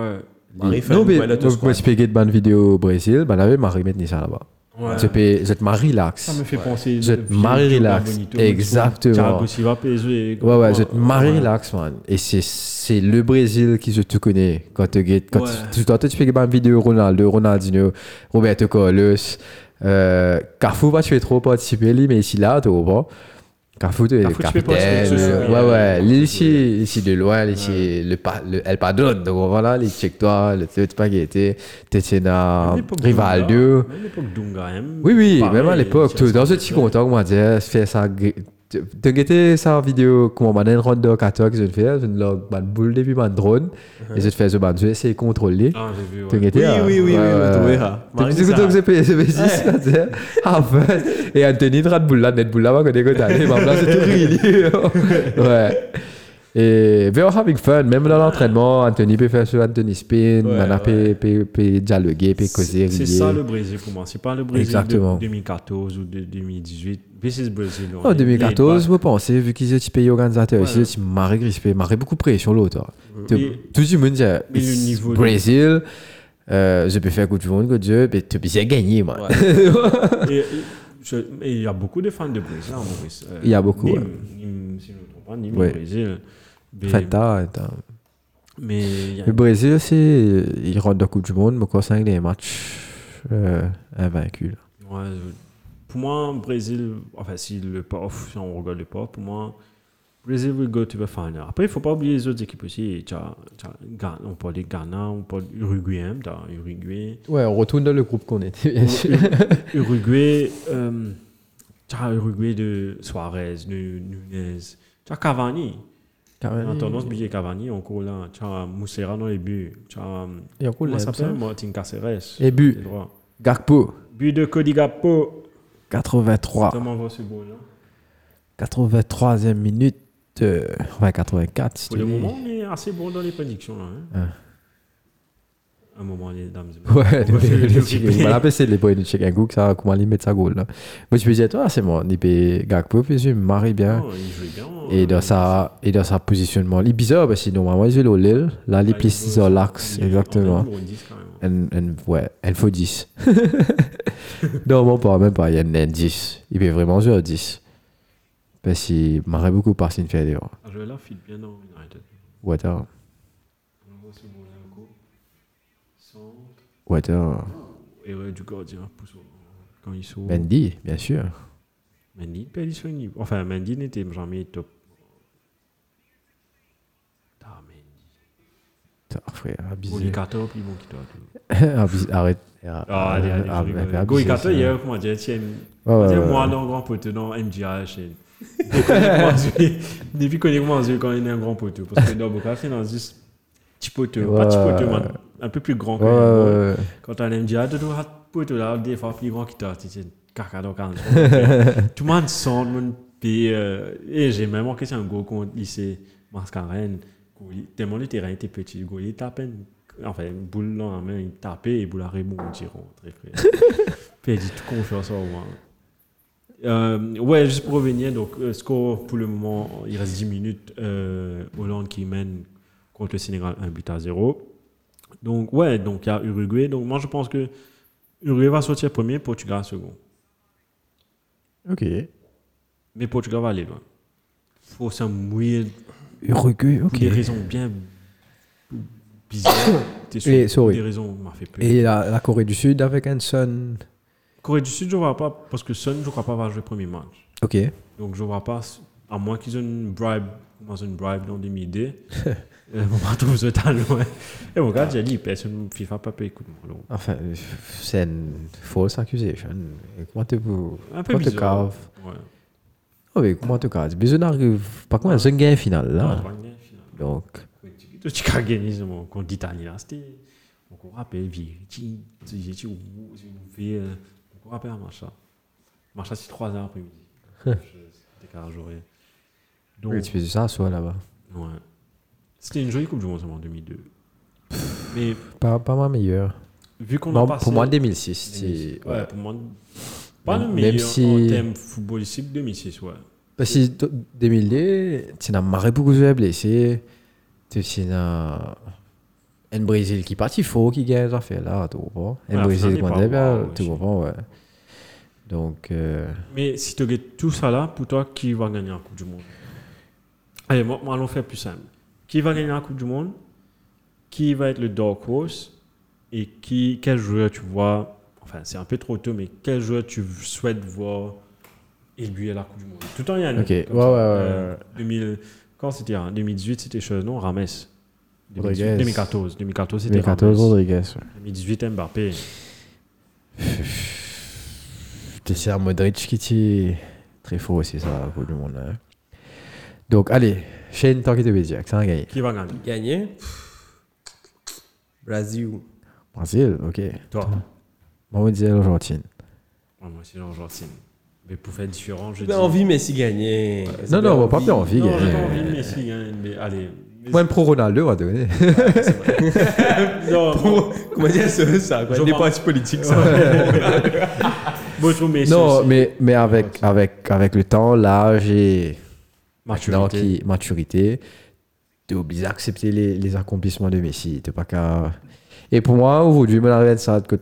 Marie-Fan,
Non, mais
ouais, là, tout
vous
ce qu'on-
pouvez expliquer de bonne vidéo au Brésil, ben là, oui, Marie met ça là-bas.
Ouais.
Tu peux- vous êtes Marie relax.
Ça me fait penser.
Vous êtes Marie Relax. Exactement.
Thiago Silva, PSG.
Ouais, ouais, vous êtes Marie
Ouais.
relax, man. Et c'est- c'est le Brésil qui se tout connaît. Quand, tu get- quand
Ouais.
tu, tu, tu fais une vidéo Ronaldo, Ronaldinho, Roberto Carlos, euh, Cafu va tuer trop participer, lui, mais ici là, tu vois. Cafu, tu es le
Cafu, tu peux pas
capitaine.
participer,
euh,
c'est ça.
Ouais, ouais.
Ouais.
Lui, ici, ici de loin, lui, ici, le, pa- le El Padron. Donc voilà, les check-toi, le le Spaghetti, Tetsena, Rivaldo.
Même l'époque d'Unga. hein.
Oui, oui,
Pareil,
même à l'époque,
Thiago
tout, dans ce
Silva,
petit content, moi, dire, faire ça. Tu guettais sa vidéo, comment on a une ronde de 14, je fais, je log, ma boule depuis ma drone, et je fais ce ban, je essayer de contrôler. hein?
Ah, j'ai vu.
Tu
Ouais.
guettais.
Oui, oui, oui, oui, on a trouvé, ah. Marie
Tu
Messa.
que c'est PS10, là, tu sais. Ah, fait. Et Anthony, de boule là, net boule là, moi, quand t'es allé, ma blase, c'est tout ruiné. Ouais. Et we are having fun, même dans l'entraînement, Anthony peut faire ce Anthony spin,
Ouais,
Mana peut-
ouais.
peut peut dialoguer, peut causer.
C'est c'est
rier.
ça le Brésil pour moi. C'est pas le Brésil
Exactement. Oh,
de 2014 ou de 2018. Mais bah, c'est le Brésil. on
En
est
2014,
laid
vous pensez, vu qu'ils étaient payés organisateurs,
Ouais.
ils étaient marrés crispés, marrés beaucoup près sur l'autre. Tout
Et-
le monde dit,
mais le niveau de-
Brésil, euh, je peux faire Coupe du Monde, Coupe Dieu, mais tu peux gagner, moi.
back. Et- et je- et il y a beaucoup de fans de Brésil en Maurice. Euh,
Il y a beaucoup,
Nîmes,
ouais.
Nîmes, si je ne me trompe pas, Nîmes,
Ouais.
Brésil. Mais-
Fait tard, attends.
Mais il y a-
Le Brésil, c'est, ils rentrent dans la Coupe du Monde, mais quoi, c'est des matchs euh, invaincus. là.
Ouais, je- pour moi, Brésil, enfin, si, le POF, si on regarde le POF, pour moi, Brésil will go to the final. Après, il ne faut pas oublier les autres équipes aussi. T'as- t'as Ga- on parle de Ghana, on parle d'Uruguay, hein, t'as Uruguay.
Ouais, on retourne dans le groupe qu'on était, bien sûr.
Uruguay, euh, t'as Uruguay de Suarez, de Nunez, t'as Cavani.
Quand
On a
même,
tendance à oublier Cavani encore là. T'as Moussera dans les buts. T'as.
il y a quoi,
Comment
là,
ça s'appelle
ça
Martin Caceres.
Et but,
C'est droit.
Gakpo,
But de Cody Gakpo.
83.
Comment va ce beau là
83e minute, euh, enfin 84, si
Pour
tu
le
veux.
moment, on est assez bon dans les prédictions. Là, hein.
Ah.
Un moment, les dames et messieurs.
Ouais,
On va faire
le-
le
le
petit
chicken.
peu.
Voilà, c'est les boys de chicken cook, ça, comment ils mettent sa goal, là. Moi, je me disais, toi, c'est moi, il peut Gakpo, puis je me marie bien.
Non, il jouait bien.
hein.
hein.
Et dans sa, et dans sa positionnement, il est bizarre, parce que normalement, il joue au Lille, là, il est plus sur l'axe, exactement. Un, un, ouais, un faux 10. non, bon, pas, même pas, il y a un, un 10. Il peut vraiment jouer au 10. Parce qu'il m'arrête beaucoup par Sinfield,
Ah, Je là, fit bien dans United.
Water,
On voit ce bon là encore. Centre.
Water,
Erreur du gardien. pousse au- Quand il saute.
Mendy, Ben bien sûr.
Mendy, ben, pas disponible. Enfin, Mendy n'était jamais top. Ah, Mendy.
Putain, frère,
Pour
abusé.
les 14, il manque toi.
Abusé, Arrête.
Ah, allez, allez,
Ah,
je
ouais,
rigole.
abusé,
Go, il capte,
ça.
il y a, comment dire, tiens,
Ouais, ouais,
Tiens,
ouais,
moi,
ouais.
là, un grand poteau, non, MJH. et- Depuis qu'on est grand yeux- Depuis qu'on est grand yeux, quand il est un grand poteau. Parce que dans Boca, c'est dans juste petit poteau. Pas petit poteau, mais un peu plus grand que
Ouais,
les autres.
ouais, ouais.
Quand t'as un MJH, tu as un poteau là, des fois plus grand qu'il t'a. Tu sais, caca dans 40. Tout le monde sent, tout le monde paye, euh, Et j'ai même encaissé un gros contre lycée Mascarène. Gouli- Tellement le terrain était petit, le goal, il tapait. une- Enfin, une boule dans la main, il tapait et boule à rebondir. Très frère. Puis elle dit tout confiance en moi. Euh, ouais, juste pour revenir, donc euh, score pour le moment, il reste 10 minutes. euh, Hollande qui mène contre le Sénégal 1 but à 0. Donc, ouais, donc il y a Uruguay. Donc, moi je pense que Uruguay va sortir premier, Portugal second.
Ok.
Mais Portugal va aller loin. Faut s'en mouiller
Uruguay,
pour
ok.
des raisons bien bizarres. T'es sûr,
Et, Eh, sorry.
Des raisons m'a fait peur.
Et la, la Corée du Sud avec Hanson.
Corée du Sud, je vois pas, parce que Son, je crois pas, va jouer premier match.
Ok.
Donc je vois pas, à moins qu'ils aient une bribe, comment ça, une bribe dans des idées, euh, on va trouver ce talent. ouais. Et mon gars, Eh, j'ai dit, personne FIFA pas payé, écoute moi. donc.
Enfin, c'est une fausse accusation. Et Comment tu peux.
Un peu
Comment tu
bizarre.
caves
Ouais.
Oh, mais comment tu caves Bisous n'arrive. Par contre, c'est un gain final
Non,
là.
c'est pas une guerre, finalement.
Donc,
Toi, tu as gagné ce moment contre l'Italie, là, c'était. On court rappelle, Viriti, Viriti, ou fait. hein, On court rappelle à Macha. Macha, c'est 3 heures après-midi. Je- C'était carré journée. Donc,
oui, tu fais ça, soit là-bas.
ouais. C'était une jolie Coupe du Monde seulement en 2002. Mais
Pas, pas ma meilleure.
vu qu'on a
Non,
passé.
pour moi, 2006. c'est-
Ouais,
ouais.
pour moi. Pas le
Même
meilleur
si-
en termes footballistiques
Bah,
2006, ouais.
Parce que 2000, tu n'as marré beaucoup de blessés. Tu sais, dans. Un Brésil qui part, il faut qu'il gagne les affaires là, tu comprends?
Ouais,
Un Brésil qui
finalement,
gagne,
il part,
ben,
ouais,
tu
je-
comprends, ouais. Donc, euh,
Mais si tu gagnes tout ça là, pour toi, qui va gagner la Coupe du Monde Allez, moi, moi, allons faire plus simple. Qui va gagner la Coupe du Monde Qui va être le dark horse Et qui, quel joueur tu vois Enfin, c'est un peu trop tôt, mais quel joueur tu souhaites voir aiguiller la Coupe du Monde Tout en gagnant.
Ok, ouais,
comme ça.
ouais, ouais,
Euh, 2000 quand c'était hein, 2018, c'était chez non, Rames. 2018,
Rodriguez.
2014, 2014 c'était
2014,
Rames.
Rodriguez, ouais.
2018 Mbappé.
Puis C'est un Modric qui tire très fort aussi, ça, la Coupe du Monde. hein. Donc, allez, Shane, tant qu'il te veut dire, c'est un gagné.
Qui va gagner
Gagné. Brésil.
Brésil, ok.
Toi.
Moi, on dit l'Argentine.
Ouais, moi aussi, l'Argentine. Mais pour faire différent, je
J'ai
dis.
envie Messi gagner.
Non, non, on va pas faire envie.
Non, j'ai pas
gagner.
envie de Messi gagner, mais allez. Mais-
Moi, un pro Ronaldo, on va donner.
non, moi,
Comment dire ça, ça quoi,
Je
Des
vois.
partis politiques, ça.
moi, je trouve Messi.
non,
aussi.
mais, mais avec, avec, avec le temps, l'âge et
Maturité.
maintenant qui- maturité, tu es obligé d'accepter les, les accomplissements de Messi. T'es pas qu'à- Et pour moi, aujourd'hui, mon arrivée de ça, que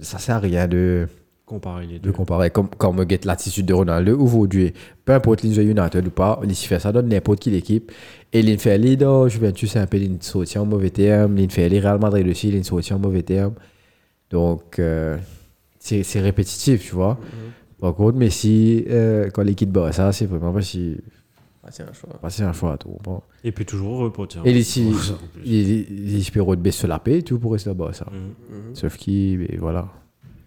ça sert à rien de.
Comparer les
de
deux.
comparer comme quand on get l'attitude de Ronaldo aujourd'hui peu importe les United ou pas il fait ça dans n'importe quelle équipe et il fait les dans Juventus c'est un peu il soutient en mauvais terme il fait les Real Madrid aussi il soutient en mauvais terme donc euh, c'est c'est répétitif tu vois par contre Messi euh, quand l'équipe bat ça c'est vraiment parce qu'il
Ah, c'est un choix.
parce que c'est un choix tout bon.
Et puis toujours reporter.
et les il il il espère de baisser la paix et tout pour rester là-bas ça sauf qu'il ben, voilà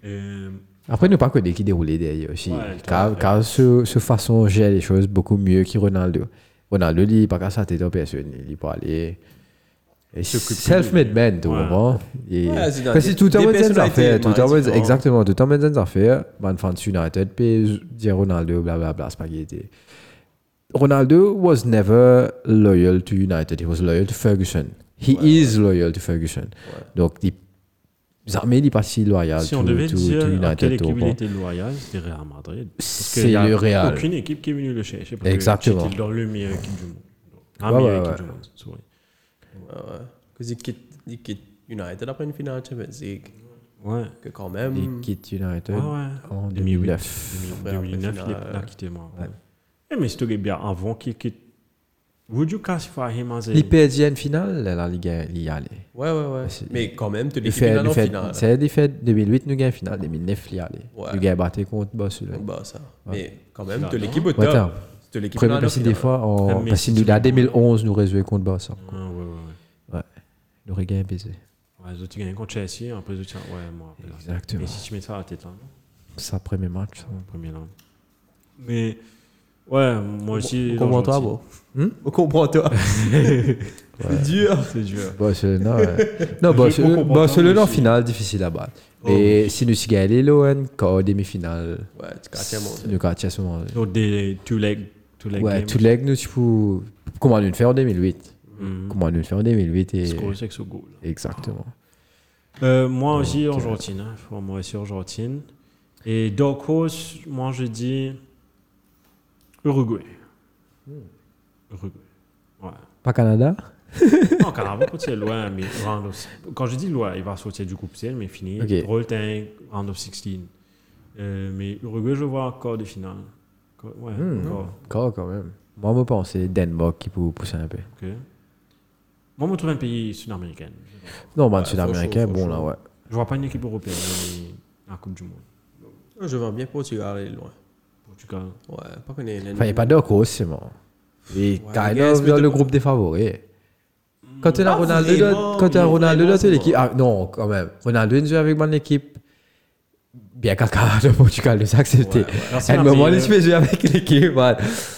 Euh,
après, ne pas que qui déroulait derrière aussi.
Ouais, le temps
car
après.
car ce, ce façon gère les choses beaucoup mieux que Ronaldo. Ronaldo, il n'est pas qu'à sa tête en personne. Il n'est pas allé. Et
S'occupe
Self-made
de lui.
man, tout
Ouais.
le moment. Et-
Ouais, c'est dans
Parce que
des-
tout le temps,
des
on dit des
personnalités,
affaires. Tout le temps, on dit-
différentes.
exactement. Tout le temps, on dit des affaires. Man, fans United, puis dire Ronaldo, blablabla, c'est pas qu'il était. Ronaldo was never loyal to United. He was loyal to Ferguson. He is loyal to Ferguson. Donc, il jamais il n'est pas si loyal
Si
to,
on devait
to- to
dire à
United.
quelle
tout
équipe il
bon.
était loyal, c'était Real Madrid. Parce
C'est
qu'il y a
le Real.
Aucune équipe qui est venue le chercher. parce que
Exactement.
C'était dans le meilleur équipe du monde. La
Ouais,
meilleure
ouais,
équipe du monde, sorry.
Ouais, Ah, ouais. Parce qu'il quitte, il quitte United après une finale de Champions League.
Ouais.
Que quand
Il
même.
quitte United
Ouais, ouais.
en 2009.
2009.
Après,
2009,
après,
il est
final,
là,
euh,
quitté moi. Eh, mais c'était bien avant qu'il quitte. Would you classify him as a.
Il perdit une finale, la Ligue 1, il y allait.
Ouais, ouais, ouais.
C'est-
Mais quand même, tu
Il
l'équipes
fait,
finale
il
en
fait,
finale.
c'est il fait 2008, nous gagnons finale, 2009, il y allait.
Ouais.
Nous gagnons battu contre Barcelone.
Bah, ça.
Ouais.
Mais quand même,
Finale,
tu
non
l'équipe au
Ouais, attends.
top. Tu l'équipes
Premier
finale en
passé des
finale.
fois,
Ah,
en,
mais
parce que
si
nous,
tu
en
veux.
2011, nous résouons contre hein. Barcelone.
Ah, ouais, ouais, ouais.
Nous gagnons un baiser.
Ouais, les autres ils gagnent contre Chelsea, après les autres, ils- ouais, moi. après, là.
Exactement.
Mais si tu mets ça à la tête, là, non
Ça, premier match. hein. ça.
premier là. Mais, ouais, moi aussi.
On comprend toi,
l'Argentine.
bro.
Hmm?
On comprend Oh, toi. C'est dur.
C'est dur.
Barcelone, ouais. euh, Non, euh,
Je
Barcelone,
comprends pas,
Barcelone en
monsieur.
finale, difficile à battre.
Oh,
Mais si nous gagnons l'ON, quand demi-finale,
Ouais, tu
si
craches un monde.
nous gagnons à ce moment-là.
Donc, des two-leg. Two-leg
Ouais,
game.
tout leg, nous, tu peux. Comment nous le faire en 2008
Mhm.
Comment nous le faire en 2008 et...
Score sexe au goal.
Exactement.
Euh, moi aussi, Argentine. hein. Faut- Moi aussi, Argentine. Et Dorcos, moi je dis Uruguay.
Hmm.
Uruguay. Ouais.
Pas Canada
Non, Canada, quand c'est loin, mais round of... Quand je dis loin, il va sortir du groupe ciel, mais fini.
Ok.
Roll tank, round of 16. Euh, mais Uruguay, je vois encore des finales. Encore- Ouais,
Hmm.
encore.
Encore quand même. Moi, je pense que c'est Danemark qui peut pousser un peu.
ok. Moi, je me trouve un pays sud-américain.
Non, man,
Ouais,
sud-américain,
faut chaud,
bon
faut
là,
chaud.
ouais.
Je vois pas une équipe européenne dans la Coupe du Monde.
Je vends bien Portugal aller loin.
Portugal.
Ouais, pas qu'on est.
Enfin, il n'y a pas d'Orcos, c'est bon. Et
Ouais,
kind
les gars,
of
espèce
dans
de-
le groupe défavoris. Quand tu as
pas
Ronaldo,
vraiment,
dans- quand tu as
mais
Ronaldo dans
vraiment,
ton équipe.
bon.
Ah, non, quand même. Ronaldo, il joue avec mon équipe. Bien caca de Portugal, de s'accepter.
Ouais, euh. ouais.
Merci,
À un moment,
Martine.
il se fait jouer avec l'équipe, man.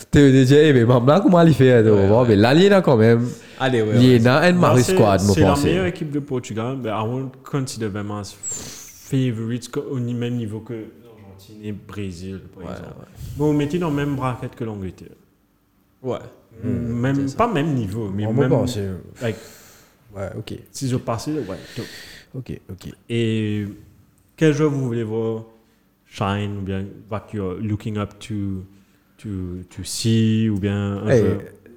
T'es déjà, eh, mais maman, là, comment il fait donc,
Ouais,
bon,
ouais.
Mais là, il y en a quand même.
Allez, ouais.
Il
ouais.
y en a un
Moi,
Marie
c'est-
Squad, me
C'est la meilleure
pensez.
équipe de Portugal, mais I won't consider them as favorites co- au ni- même niveau que l'Argentine et le Brésil, par
Ouais,
exemple. Mais vous mettez dans le même bracket que l'Angleterre.
Ouais.
même, pas même niveau, mais
Hmm. On me
même.
pense.
like,
Ouais, ok.
si je passais, ouais, top.
Ok, ok.
Et quel jeu vous voulez voir shine, ou bien what you're looking up to, to, to see, ou bien un
Hey,
jeu
Eh,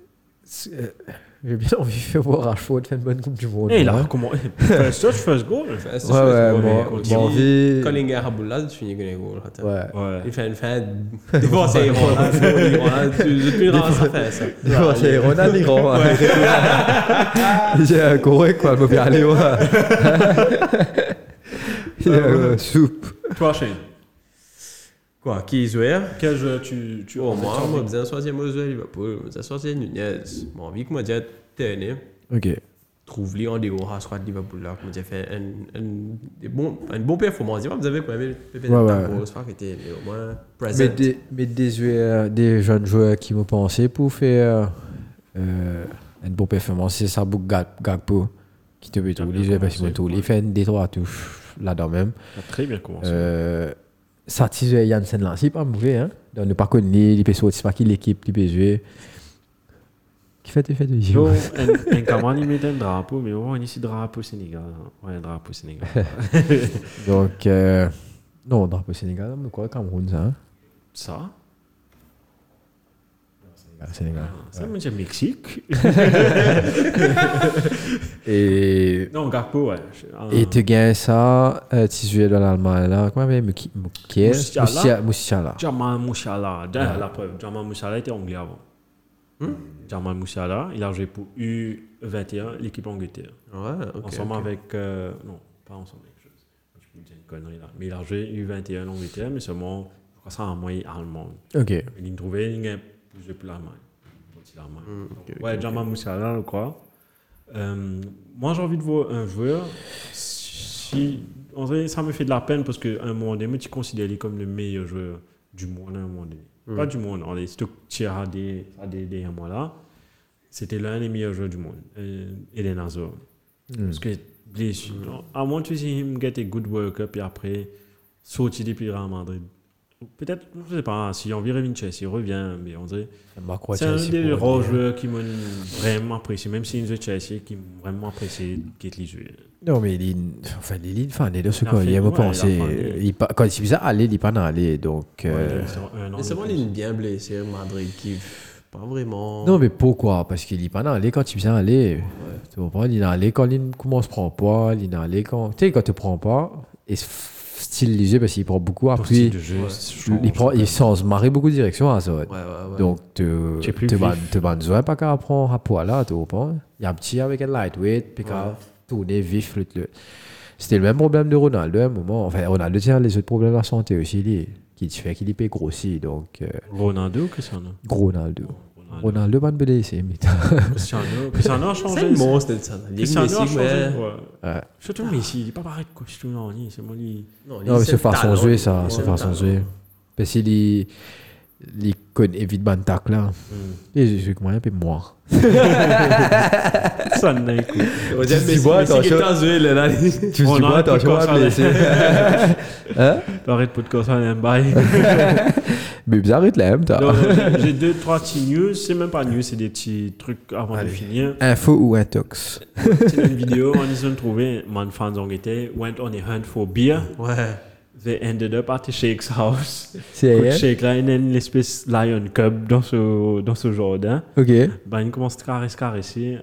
c'est- euh, J'ai bien envie de faire voir Rashford faire une bonne Coupe du Monde.
Et Eh, il a
hein.
recommandé. First touch, first goal.
Enfin, c'est
Ouais,
chouette,
ouais,
mais
bon,
quand
bon,
tu-
envie.
Quand les gars Raboula, tu finis que les goals. attends.
Ouais.
Ouais.
Il fait une fin. Défoncer les Ronalds, les Ronalds, tu- je te dirai, ça fait ça.
Non, c'est Ronald Iran. J'ai un coré, quoi, le bien aller, ouais. Soupe.
Toi, Shane,
Quoi, qui est joueur
quel joueur tu, tu
Oh, moi,
tu-
moi, je vais sortir Moselle, Liverpool, je vais sortir Nunez. Moi, envie que moi, j'ai tenu.
Ok.
Trouve-les en dehors à squad Liverpool, là, comme j'ai fait un, un, des bons, une bonne performance. Dis-moi, Vous avez quand même fait
Ouais,
un
ouais.
gros soir qui était mais au moins
Mais
present.
des, mais des, joueurs- des jeunes joueurs qui me pensaient pour faire euh, une bonne performance, c'est ça pour Gag- Gagpo, qui te met
T'as
tous
bien
les jeux, parce
commencé,
qu'il tous
ouais.
les fait des trois touches là-dedans même.
T'as très bien commencé.
Euh, ça, tu joues Janssen là, c'est pas mauvais, hein. Donc, ne pas connaître, il peut sortir, c'est pas qui l'équipe, il peut jouer. Qui fait tes fêtes de
Yo, un- un Kamani met un drapeau, mais on ici drapeau Sénégal. Ouais, un drapeau Sénégal.
Donc, euh, non, drapeau Sénégal, mais quoi, Cameroun, ça. hein?
Ça
Sénégal, Sénégal.
Ça me dit Mexique.
Et,
Non, Garpo, ouais. Un-
et tu gagnes ça, euh, tu joues dans l'Allemagne, là, comment il s'appelle Moukier
Moussiala.
Moussiala.
Jamal Moussala. D'ailleurs, la preuve, Jamal Moussala était anglais avant.
Hmm?
Jamal Moussala, il a joué pour U21, l'équipe Angleterre.
Ouais, ok.
ensemble
ok.
avec. euh, non, pas ensemble avec. Je, je peux dire une connerie là. Mais il a joué U21 Angleterre, mais seulement. Pourquoi ça, en moyen allemand
Ok.
Il a trouvé, il a plus pour l'Allemagne. Pour l'Allemagne.
Hmm, ok,
ouais, Jamal Moussala, je crois. Euh, moi, j'ai envie de voir un joueur. Si, en vrai, ça me fait de la peine parce qu'à un moment donné, tu considères comme le meilleur joueur du monde à un moment donné.
Hmm.
Pas du monde, en est tu as des, à des, des un mois là. C'était l'un des meilleurs joueurs du monde, euh, Eden Hazard. Parce que blessure.
Hmm.
I want to see him get a good World Cup et après sortir depuis Real Madrid. Peut-être, je sais pas, si on virait Vincenzo, il revient, mais on dirait. C'est un des rares joueurs qui m'ont vraiment apprécié, même si une Chelsea qui m'ont vraiment apprécié qui les joueurs.
Non, mais il enfin, il est fan, il est de ce
Il a
quoi,
fait-
il
ouais,
aime
il a
penser.
fait-
il pa- Quand c'est bizarre, aller, il n'est pas dans aller, donc. euh,
Mais c'est vraiment, il est bien blessé, Madrid, qui. Pas vraiment.
Non, mais pourquoi Parce qu'il est pas dans l'allée quand il vient aller. Tu comprends Il est dans l'allée quand il commence à prendre pas. Il est dans l'allée quand. Tu sais, quand tu prends pas, et f- style les yeux, parce qu'il prend beaucoup. Après, Ah, il, prend, il change marrer beaucoup de direction à ça.
Ouais, ouais, ouais.
Donc,
Tu es
tu
plus
tu
vif.
vas tu vas besoin pas qu'à prendre à poil là, tu comprends Il y a un petit avec un lightweight, puis qu'à tourner vif. le- le- C'était le même problème de Ronaldo à un moment. Enfin, Ronaldo tient les autres problèmes à santé aussi, lui, qui fait qu'il est grossi. Donc, euh,
Ronaldo ou Cristiano
gros Ronaldo. Ronaldo, pas de BDC, mais
Cristiano, Cristiano a changé.
c'est le monstre de ça. Il est
Cristiano a
blessé,
changé.
mais.
ouais.
Ouais.
Surtout Messi, il n'est pas pareil de costume, non, ni, c'est moi, lui.
Non, mais c'est façon de jouer, ça. C'est façon
façon
de jouer. Parce qu'il il il connaît vite Bantak, là. Et je suis comme un peu moi.
Ça n'a écouté.
On dirait
Tu
Messi-
vois,
Messi qui est
attention.
en jouer, là, là.
Tu
On
me dis,
a
moi,
un
attends,
peu
je vois,
comme ça,
mais c'est. Hein
Arrête pas de corser un bail.
Mais bizarre, il te l'aime, toi.
Non, non, j'ai- J'ai deux, trois petits news. C'est même pas news, c'est des petits trucs avant de finir.
Info ou intox
C'est une vidéo, on ils ont trouvé, man fans ont été, went on a hunt for beer.
Ouais.
They ended up at a shake's house.
C'est
Coach
rien.
shake là, il y a une espèce lion cub dans ce, dans ce jardin.
Ok.
Ben, il commence à caresser, caresser.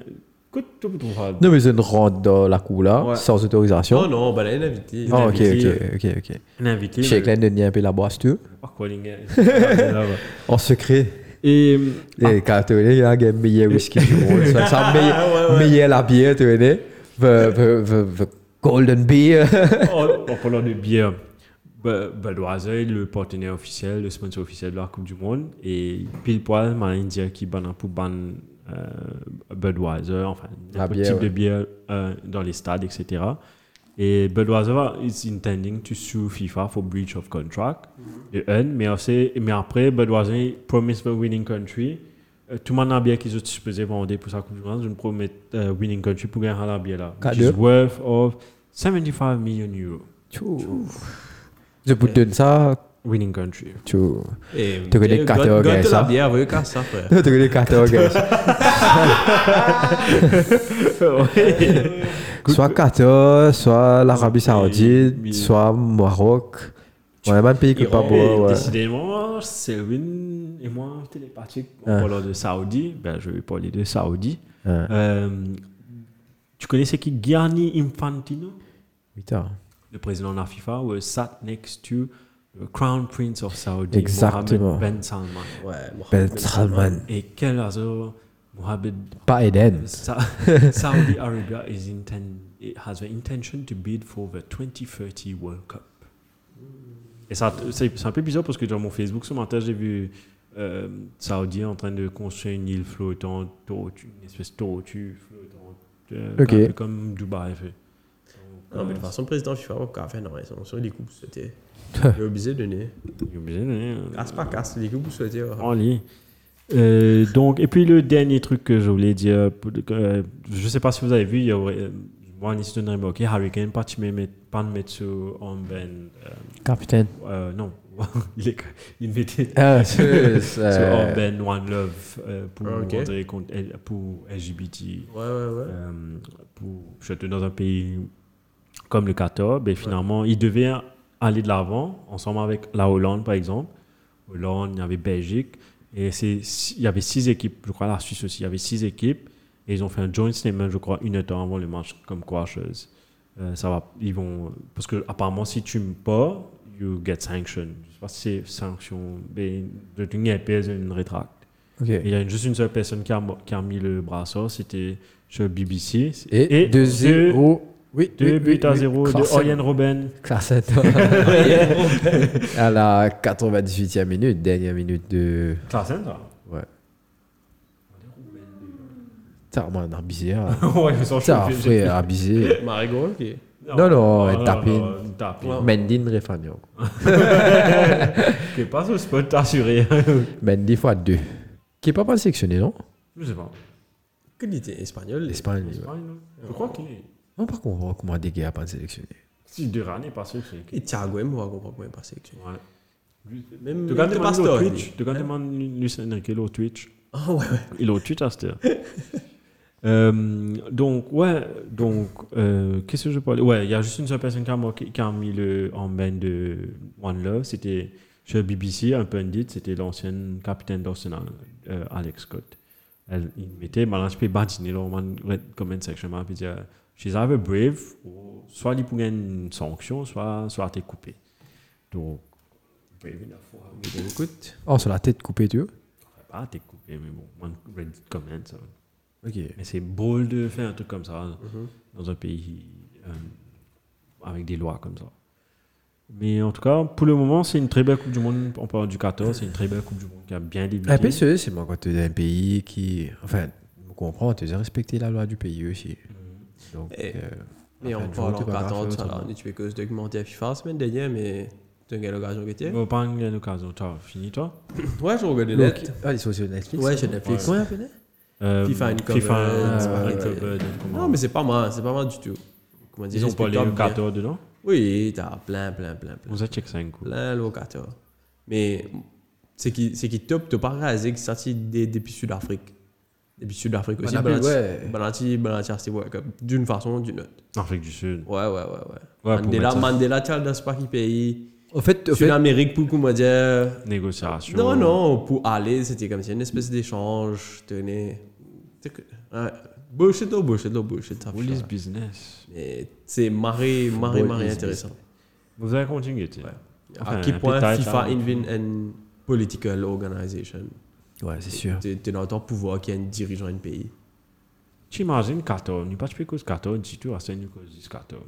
Écoute, tout le monde.
Non, mais je ne rentre dans la cour,
Ouais.
là, sans
Non,
autorisation.
non, bah, là, il est invité.
Ah, ok,
invité.
ok, ok, ok.
Un invité.
Chez Glenn de un peu la boisse, tu
mais- Pas calling hein. Ah, it.
En secret.
Et
Et quand tu es là, il y a un meilleur whisky du monde. Ça, ça, meilleur, meilleur la bière, tu connais. The- the- the- the Golden beer.
en, en parlant de bière, Ba- Budweiser est le partenaire officiel, le sponsor officiel de la Coupe du Monde. Et pile poil, m'a dit qu'il ban pour ban euh, Budweiser, enfin, un
La
type
bière,
de bière euh, dans les stades, etc. Et Budweiser is intending to sue FIFA for breach of contract. De un, mais, aussi- mais après, Budweiser promise the winning country. euh, tout le monde a bière qu'ils sont supposés vendre pour sa Coupe du Monde. Je ne promets euh, winning country pour gagner la bière là. Which
Cadeau.
is worth of 75 million euros.
Tchou. Je vous donne ça.
Winning country.
Tchou.
Et euh,
Tu connais
God-
Carter,
God
gars,
te
ça.
l'a bien avoué, car ça, frère.
Tu connais Carter, guys. Soit Carter, soit l'Arabie
Oui,
Saoudite,
oui.
soit Maroc. Ouais, même pays que pas
Iran,
beau.
et
ouais.
Décidément, Selvin et moi, télépathique, en
Ah.
parlant de Saoudi, ben, je vais parler de Saoudi.
Ah.
Euh, tu connaissais qui Gianni Infantino,
Huit heures.
le président de la FIFA, who sat next to the Crown Prince of Saudi,
Exactement.
Mohammed Ben Salman.
Ouais, moi.
Ben Salman.
Et Eh, quel hasard, Mohammed
Pas Eden.
Sa- Saudi Arabia is inten- it has the intention to bid for the 2030 World Cup. Et ça, c'est c'est un peu bizarre parce que dans mon Facebook ce matin, j'ai vu euh, Saudi en train de construire une île flottante, tortue, une espèce de tortue flottante, euh,
Ok.
un peu comme Dubaï fait.
Non, mais de toute façon, le président FIFA, on va faire une raison. Sur les coupes souhaitées. Il est obligé de donner.
J'ai obligé de-
Casse pas casse, les coupes souhaitées. ouais.
En ligne. Euh, donc, et puis le dernier truc que je voulais dire, pour- euh, je sais pas si vous avez vu, il y a euh, moi, Niston Remoke, Harry Kane, Panmetsu, Onben,
Capitaine.
Ben, euh, non, il, est, il mettait
Ah, c'est- c'est,
sur
euh,
Onben Ben, One Love euh, pour
Ah, ok.
montrer contre L- pour LGBT,
Ouais, ouais, ouais.
euh, pour jeter dans un pays comme le Qatar, ben, finalement, il devait aller de l'avant, ensemble avec la Hollande, par exemple. Hollande, il y avait Belgique, et c'est, il y avait six équipes, je crois, la Suisse aussi, il y avait six équipes, et ils ont fait un joint statement, je crois, une heure avant le match, comme quoi, chose, euh, ça va, ils vont, parce que apparemment, si tu me pas, you get sanctioned. Je sais pas si c'est sanction, mais de tenir une rétracte.
ok.
Et Il y a une- juste une seule personne qui a, mo- qui a mis le brassard, c'était sur BBC.
Et 2-0. Oui,
deux
oui,
buts
oui,
à
oui.
0 de
Classen.
Orien Robben.
Classen. à la 98e minute, dernière minute de.
Classen, ça
Ouais. T'as vraiment un abusé. hein.
Ouais, ils sont
T'as un
chauds.
frère abusé.
Marigot, ok.
Non, non, tapé.
non, tapé.
Mendy Refagnon.
Qui est pas au spot, t'as assuré.
Mendy fois 2. Qui est pas mal sélectionné, non
Je sais pas.
Que dit espagnol
L'Espagne. ouais.
Espagne, non Je crois qu'il est.
Non, par contre, on recommande des gars à pas sélectionner.
Si Duran est passé, c'est
Et Thiago, moi, je comprends comment il est passé. tu vois.
Ouais.
Même
Tu quand
même
t'es passé au
Pastor,
Twitch,
lui.
tu quand t'es passé Lucien Enrique, l'autre Twitch.
Ah, ouais, ouais.
Il est au Twitter, c'était. Euh, donc, ouais, donc, euh, qu'est-ce que je parlais Ouais, il y a juste une seule personne qui a, marqué- qui a mis le en main de One Love. C'était chez BBC, un pundit, c'était l'ancienne capitaine d'Arsenal, euh, Alex Scott. Elle, il mettait, mais là, je peux badiner, là, man, red comment section, man, puis dire, she's either brave, ou soit il pourrait une sanction, soit, soit t'es coupé. Donc, brave enough for her.
Mais ben, écoute.
Oh, sur la tête coupée, tu vois
Ah, t'es coupé, mais bon, man, red comment, ça.
Ok.
Mais c'est bold de faire un truc comme ça
Mhm.
dans un pays euh, avec des lois comme ça. Mais en tout cas, pour le moment, c'est une très belle Coupe du Monde. On parle du 14, c'est une très belle Coupe du Monde qui a bien
La
débuté.
PCE, c'est moi quand tu es dans un pays qui. Enfin, vous comprenez, tu as respecté la loi du pays aussi. Donc,
Eh,
euh,
Mais
enfin,
on
je vois
parle
que t'es
encore
pas grave,
attendre ça.
ça va.
là. On a que ce documentaire FIFA la semaine dernière, mais tu as eu l'occasion que t'es.
On pas une occasion. T'as fini, toi
Ouais, je regardais
Donc,
net.
ah, ils sont sur Netflix.
Ouais, j'ai Netflix. Ouais, un peu net.
Euh,
FIFA Uncovered,
FIFA
euh,
Uncovered, comment-
Non, mais c'est pas mal, c'est pas mal du tout. Comment
Ils ont pas les
respectable, bien.
14 dedans
Oui, t'as plein, plein, plein, plein.
On a check 5 coups.
plein de locataires. Mais c'est qui, c'est qui top, t'as pas réalisé que c'est sorti des- depuis Sud-Afrique. Depuis Sud-Afrique aussi.
Bah, la paix,
Balanti-
ouais.
Balanti, Balanti, c'est ouais, comme d'une façon ou d'une autre.
Afrique du Sud.
Ouais, ouais, ouais. ouais.
Ouais, pour
Mandela,
mettre ça-
Mandela, tu as dans ce pas qui pays.
Au fait, au fait,
Sud-Amérique, pour comment dire.
Négociation.
Non, non, pour aller, c'était comme si une espèce d'échange. Tenez. C'est que- ouais. Bullshit, oh, bullshit, oh, bullshit. ça fait
All is
ça.
business.
Mais c'est marré, marré,
Football
marré
is
intéressant.
Vous avez continué, tu sais.
Ouais.
Enfin,
à quel
un
point
petit
FIFA
title.
invent une political organization.
ouais, c'est sûr.
T'es t'es dans ton pouvoir qui est un dirigeant d'un pays.
T'imagines 14, ni pas tu peux cause 14, si tu restes une cause 10, 14.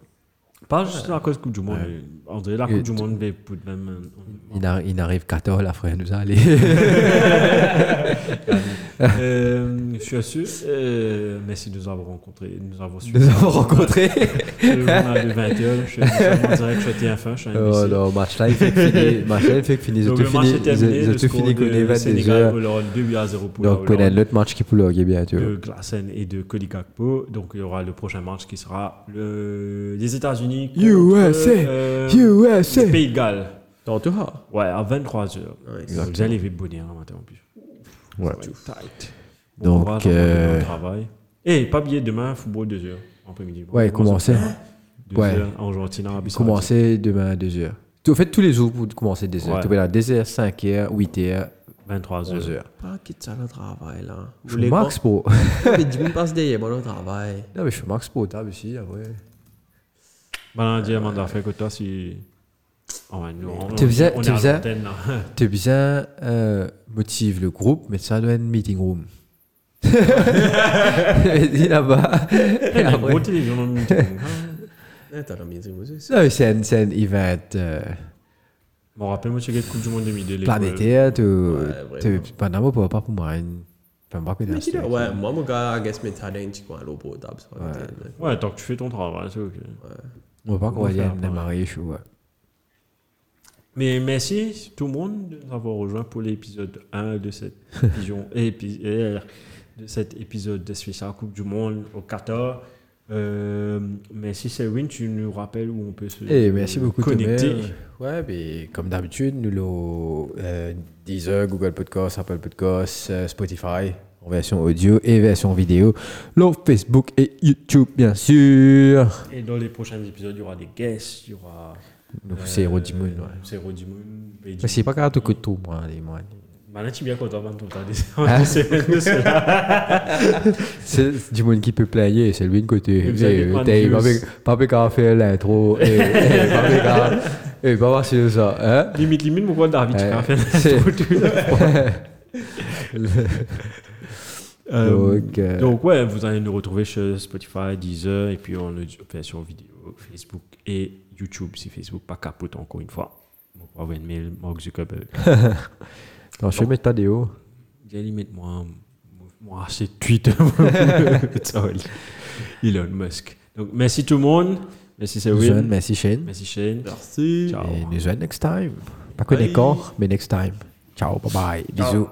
Pas juste la cause Coupe du Monde.
e.
mais On dirait la
Et
Coupe du Monde, mais pour même. euh, on-
Il, n'arri- il n'arrive 14, la frère nous a allé. E.
Euh, je suis sûr. Euh, merci de nous avoir rencontrés. de Nous avons suivi.
nous avons rencontré.
Le journal de 20h. Je suis en direct, je suis TF1, je suis un
Oh
imbécile.
non, match là, il fait finir. Match là, il fait finir. Ils ont
Donc
tout
le match
fini.
est terminé.
Ils ont
Le
tout
score
fini que
de
les 22
Sénégal,
heures.
Hollande, 2 à 0 pour la
Donc, prenez
Hollande.
l'autre match qui pour le hockey bientôt.
de Glassen et de Cody Gakpo. Donc il y aura le prochain match qui sera le... les États-Unis. contre,
USA.
euh,
USA.
le Pays de Galles.
Dans tout cas.
Ouais, à Euh, 23h.
Exactement.
Vous allez vivre bonheur hein, matin en plus.
Ouais.
Ça va être tight.
Donc,
courage, on va
euh,
faire le travail. Et pas oublier demain, football 2h, après-midi.
Ouais, commencez.
Deux
Ouais.
heures, Argentine, Arabie Saoudite.
Commencez demain à 2 heures. Tu fait tous les jours pour commencer 10 heures.
Ouais.
Tu peux là 10 heures, 5 heures, 8 heures,
23
11
heures.
heures.
Pas quitte ça le travail là.
Je suis max pour.
Mais dis passe derrière bon le travail.
Non, mais je suis max pour table ici, après.
Ben, on dit, on a fait que toi, si. Oh, ouais, nous, on,
Tu
on-
faisais-
on
tu
est à
faisais- Ah
l'antenne, là.
Tu bien euh, motive le groupe, mais ça doit être meeting room. Il là-bas. Et
Eh,
après-
gros télévision dans le meeting.
Eh, T'as la maison, moi, c'est ça.
Non, c'est un, c'est un event euh,
Je me rappelle, moi, j'ai gagné la Coupe du Monde 2000.
planétaire. Tu
Ouais,
tu-
vraiment.
pas d'amour pour pas pour moi. une- Enfin, pas que
Mais
d'un
dis
steak.
donc, ouais, moi, mon gars, I guess, mais t'as d'un petit coin à l'eau potable, ça,
Ouais.
t'es-
Ouais, tant que tu fais ton travail, c'est ok.
On va pas qu'on
On va
va dire
faire,
un
ouais.
marié chou. ouais.
Mais merci tout le monde de nous avoir rejoints pour l'épisode 1 de cette épisode, épi- euh, de cet épisode de spécial Coupe du Monde au Qatar. Euh, merci Selwyn, tu nous rappelles où on peut se
Et Eh, merci beaucoup
connecter.
Thomas. Ouais, mais comme d'habitude, nous l'avons euh, Deezer, Google Podcast, Apple Podcast, euh, Spotify en version audio et version vidéo, l'eau Facebook et YouTube bien sûr.
Et dans les prochains épisodes, il y aura des guests, il y aura.
Donc, c'est
euh,
Rodimoon. Ouais.
C'est Rodimoon. Beidou.
Mais c'est pas grave tout que tout moi les moi.
Bah là, tu es bien content, man, tout le temps, des-
Ah.
des semaines de cela.
C'est du monde qui peut player, c'est lui de côté.
Et vous avez
Eh,
plein de
t'as-
views.
pas fait- Pas plus qu'à faire l'intro. eh, eh, Pas plus qu'à. eh, pas voir si ça. Hein?
Limite, limite, mon voit Darby, tu
Eh,
peux faire.
c'est-
Euh,
Donc, euh,
Donc ouais, vous allez nous retrouver chez Spotify, Deezer et puis en audio- enfin, sur vidéo, Facebook et YouTube. Si Facebook pas capote encore une fois. Bon, on va envoyer un mail, Mark Zuckerberg.
Attends, je vais mettre ta déo.
J'ai limite moi, moi c'est Twitter. Sorry. Elon Musk. Donc merci tout le monde. Merci
Joanne,
Sewin.
merci Shane.
Merci Shane.
Merci.
Ciao.
Et nous joignent next time. Pas que des
Bye.
corps, mais next time. Ciao, bye bye. Bisous.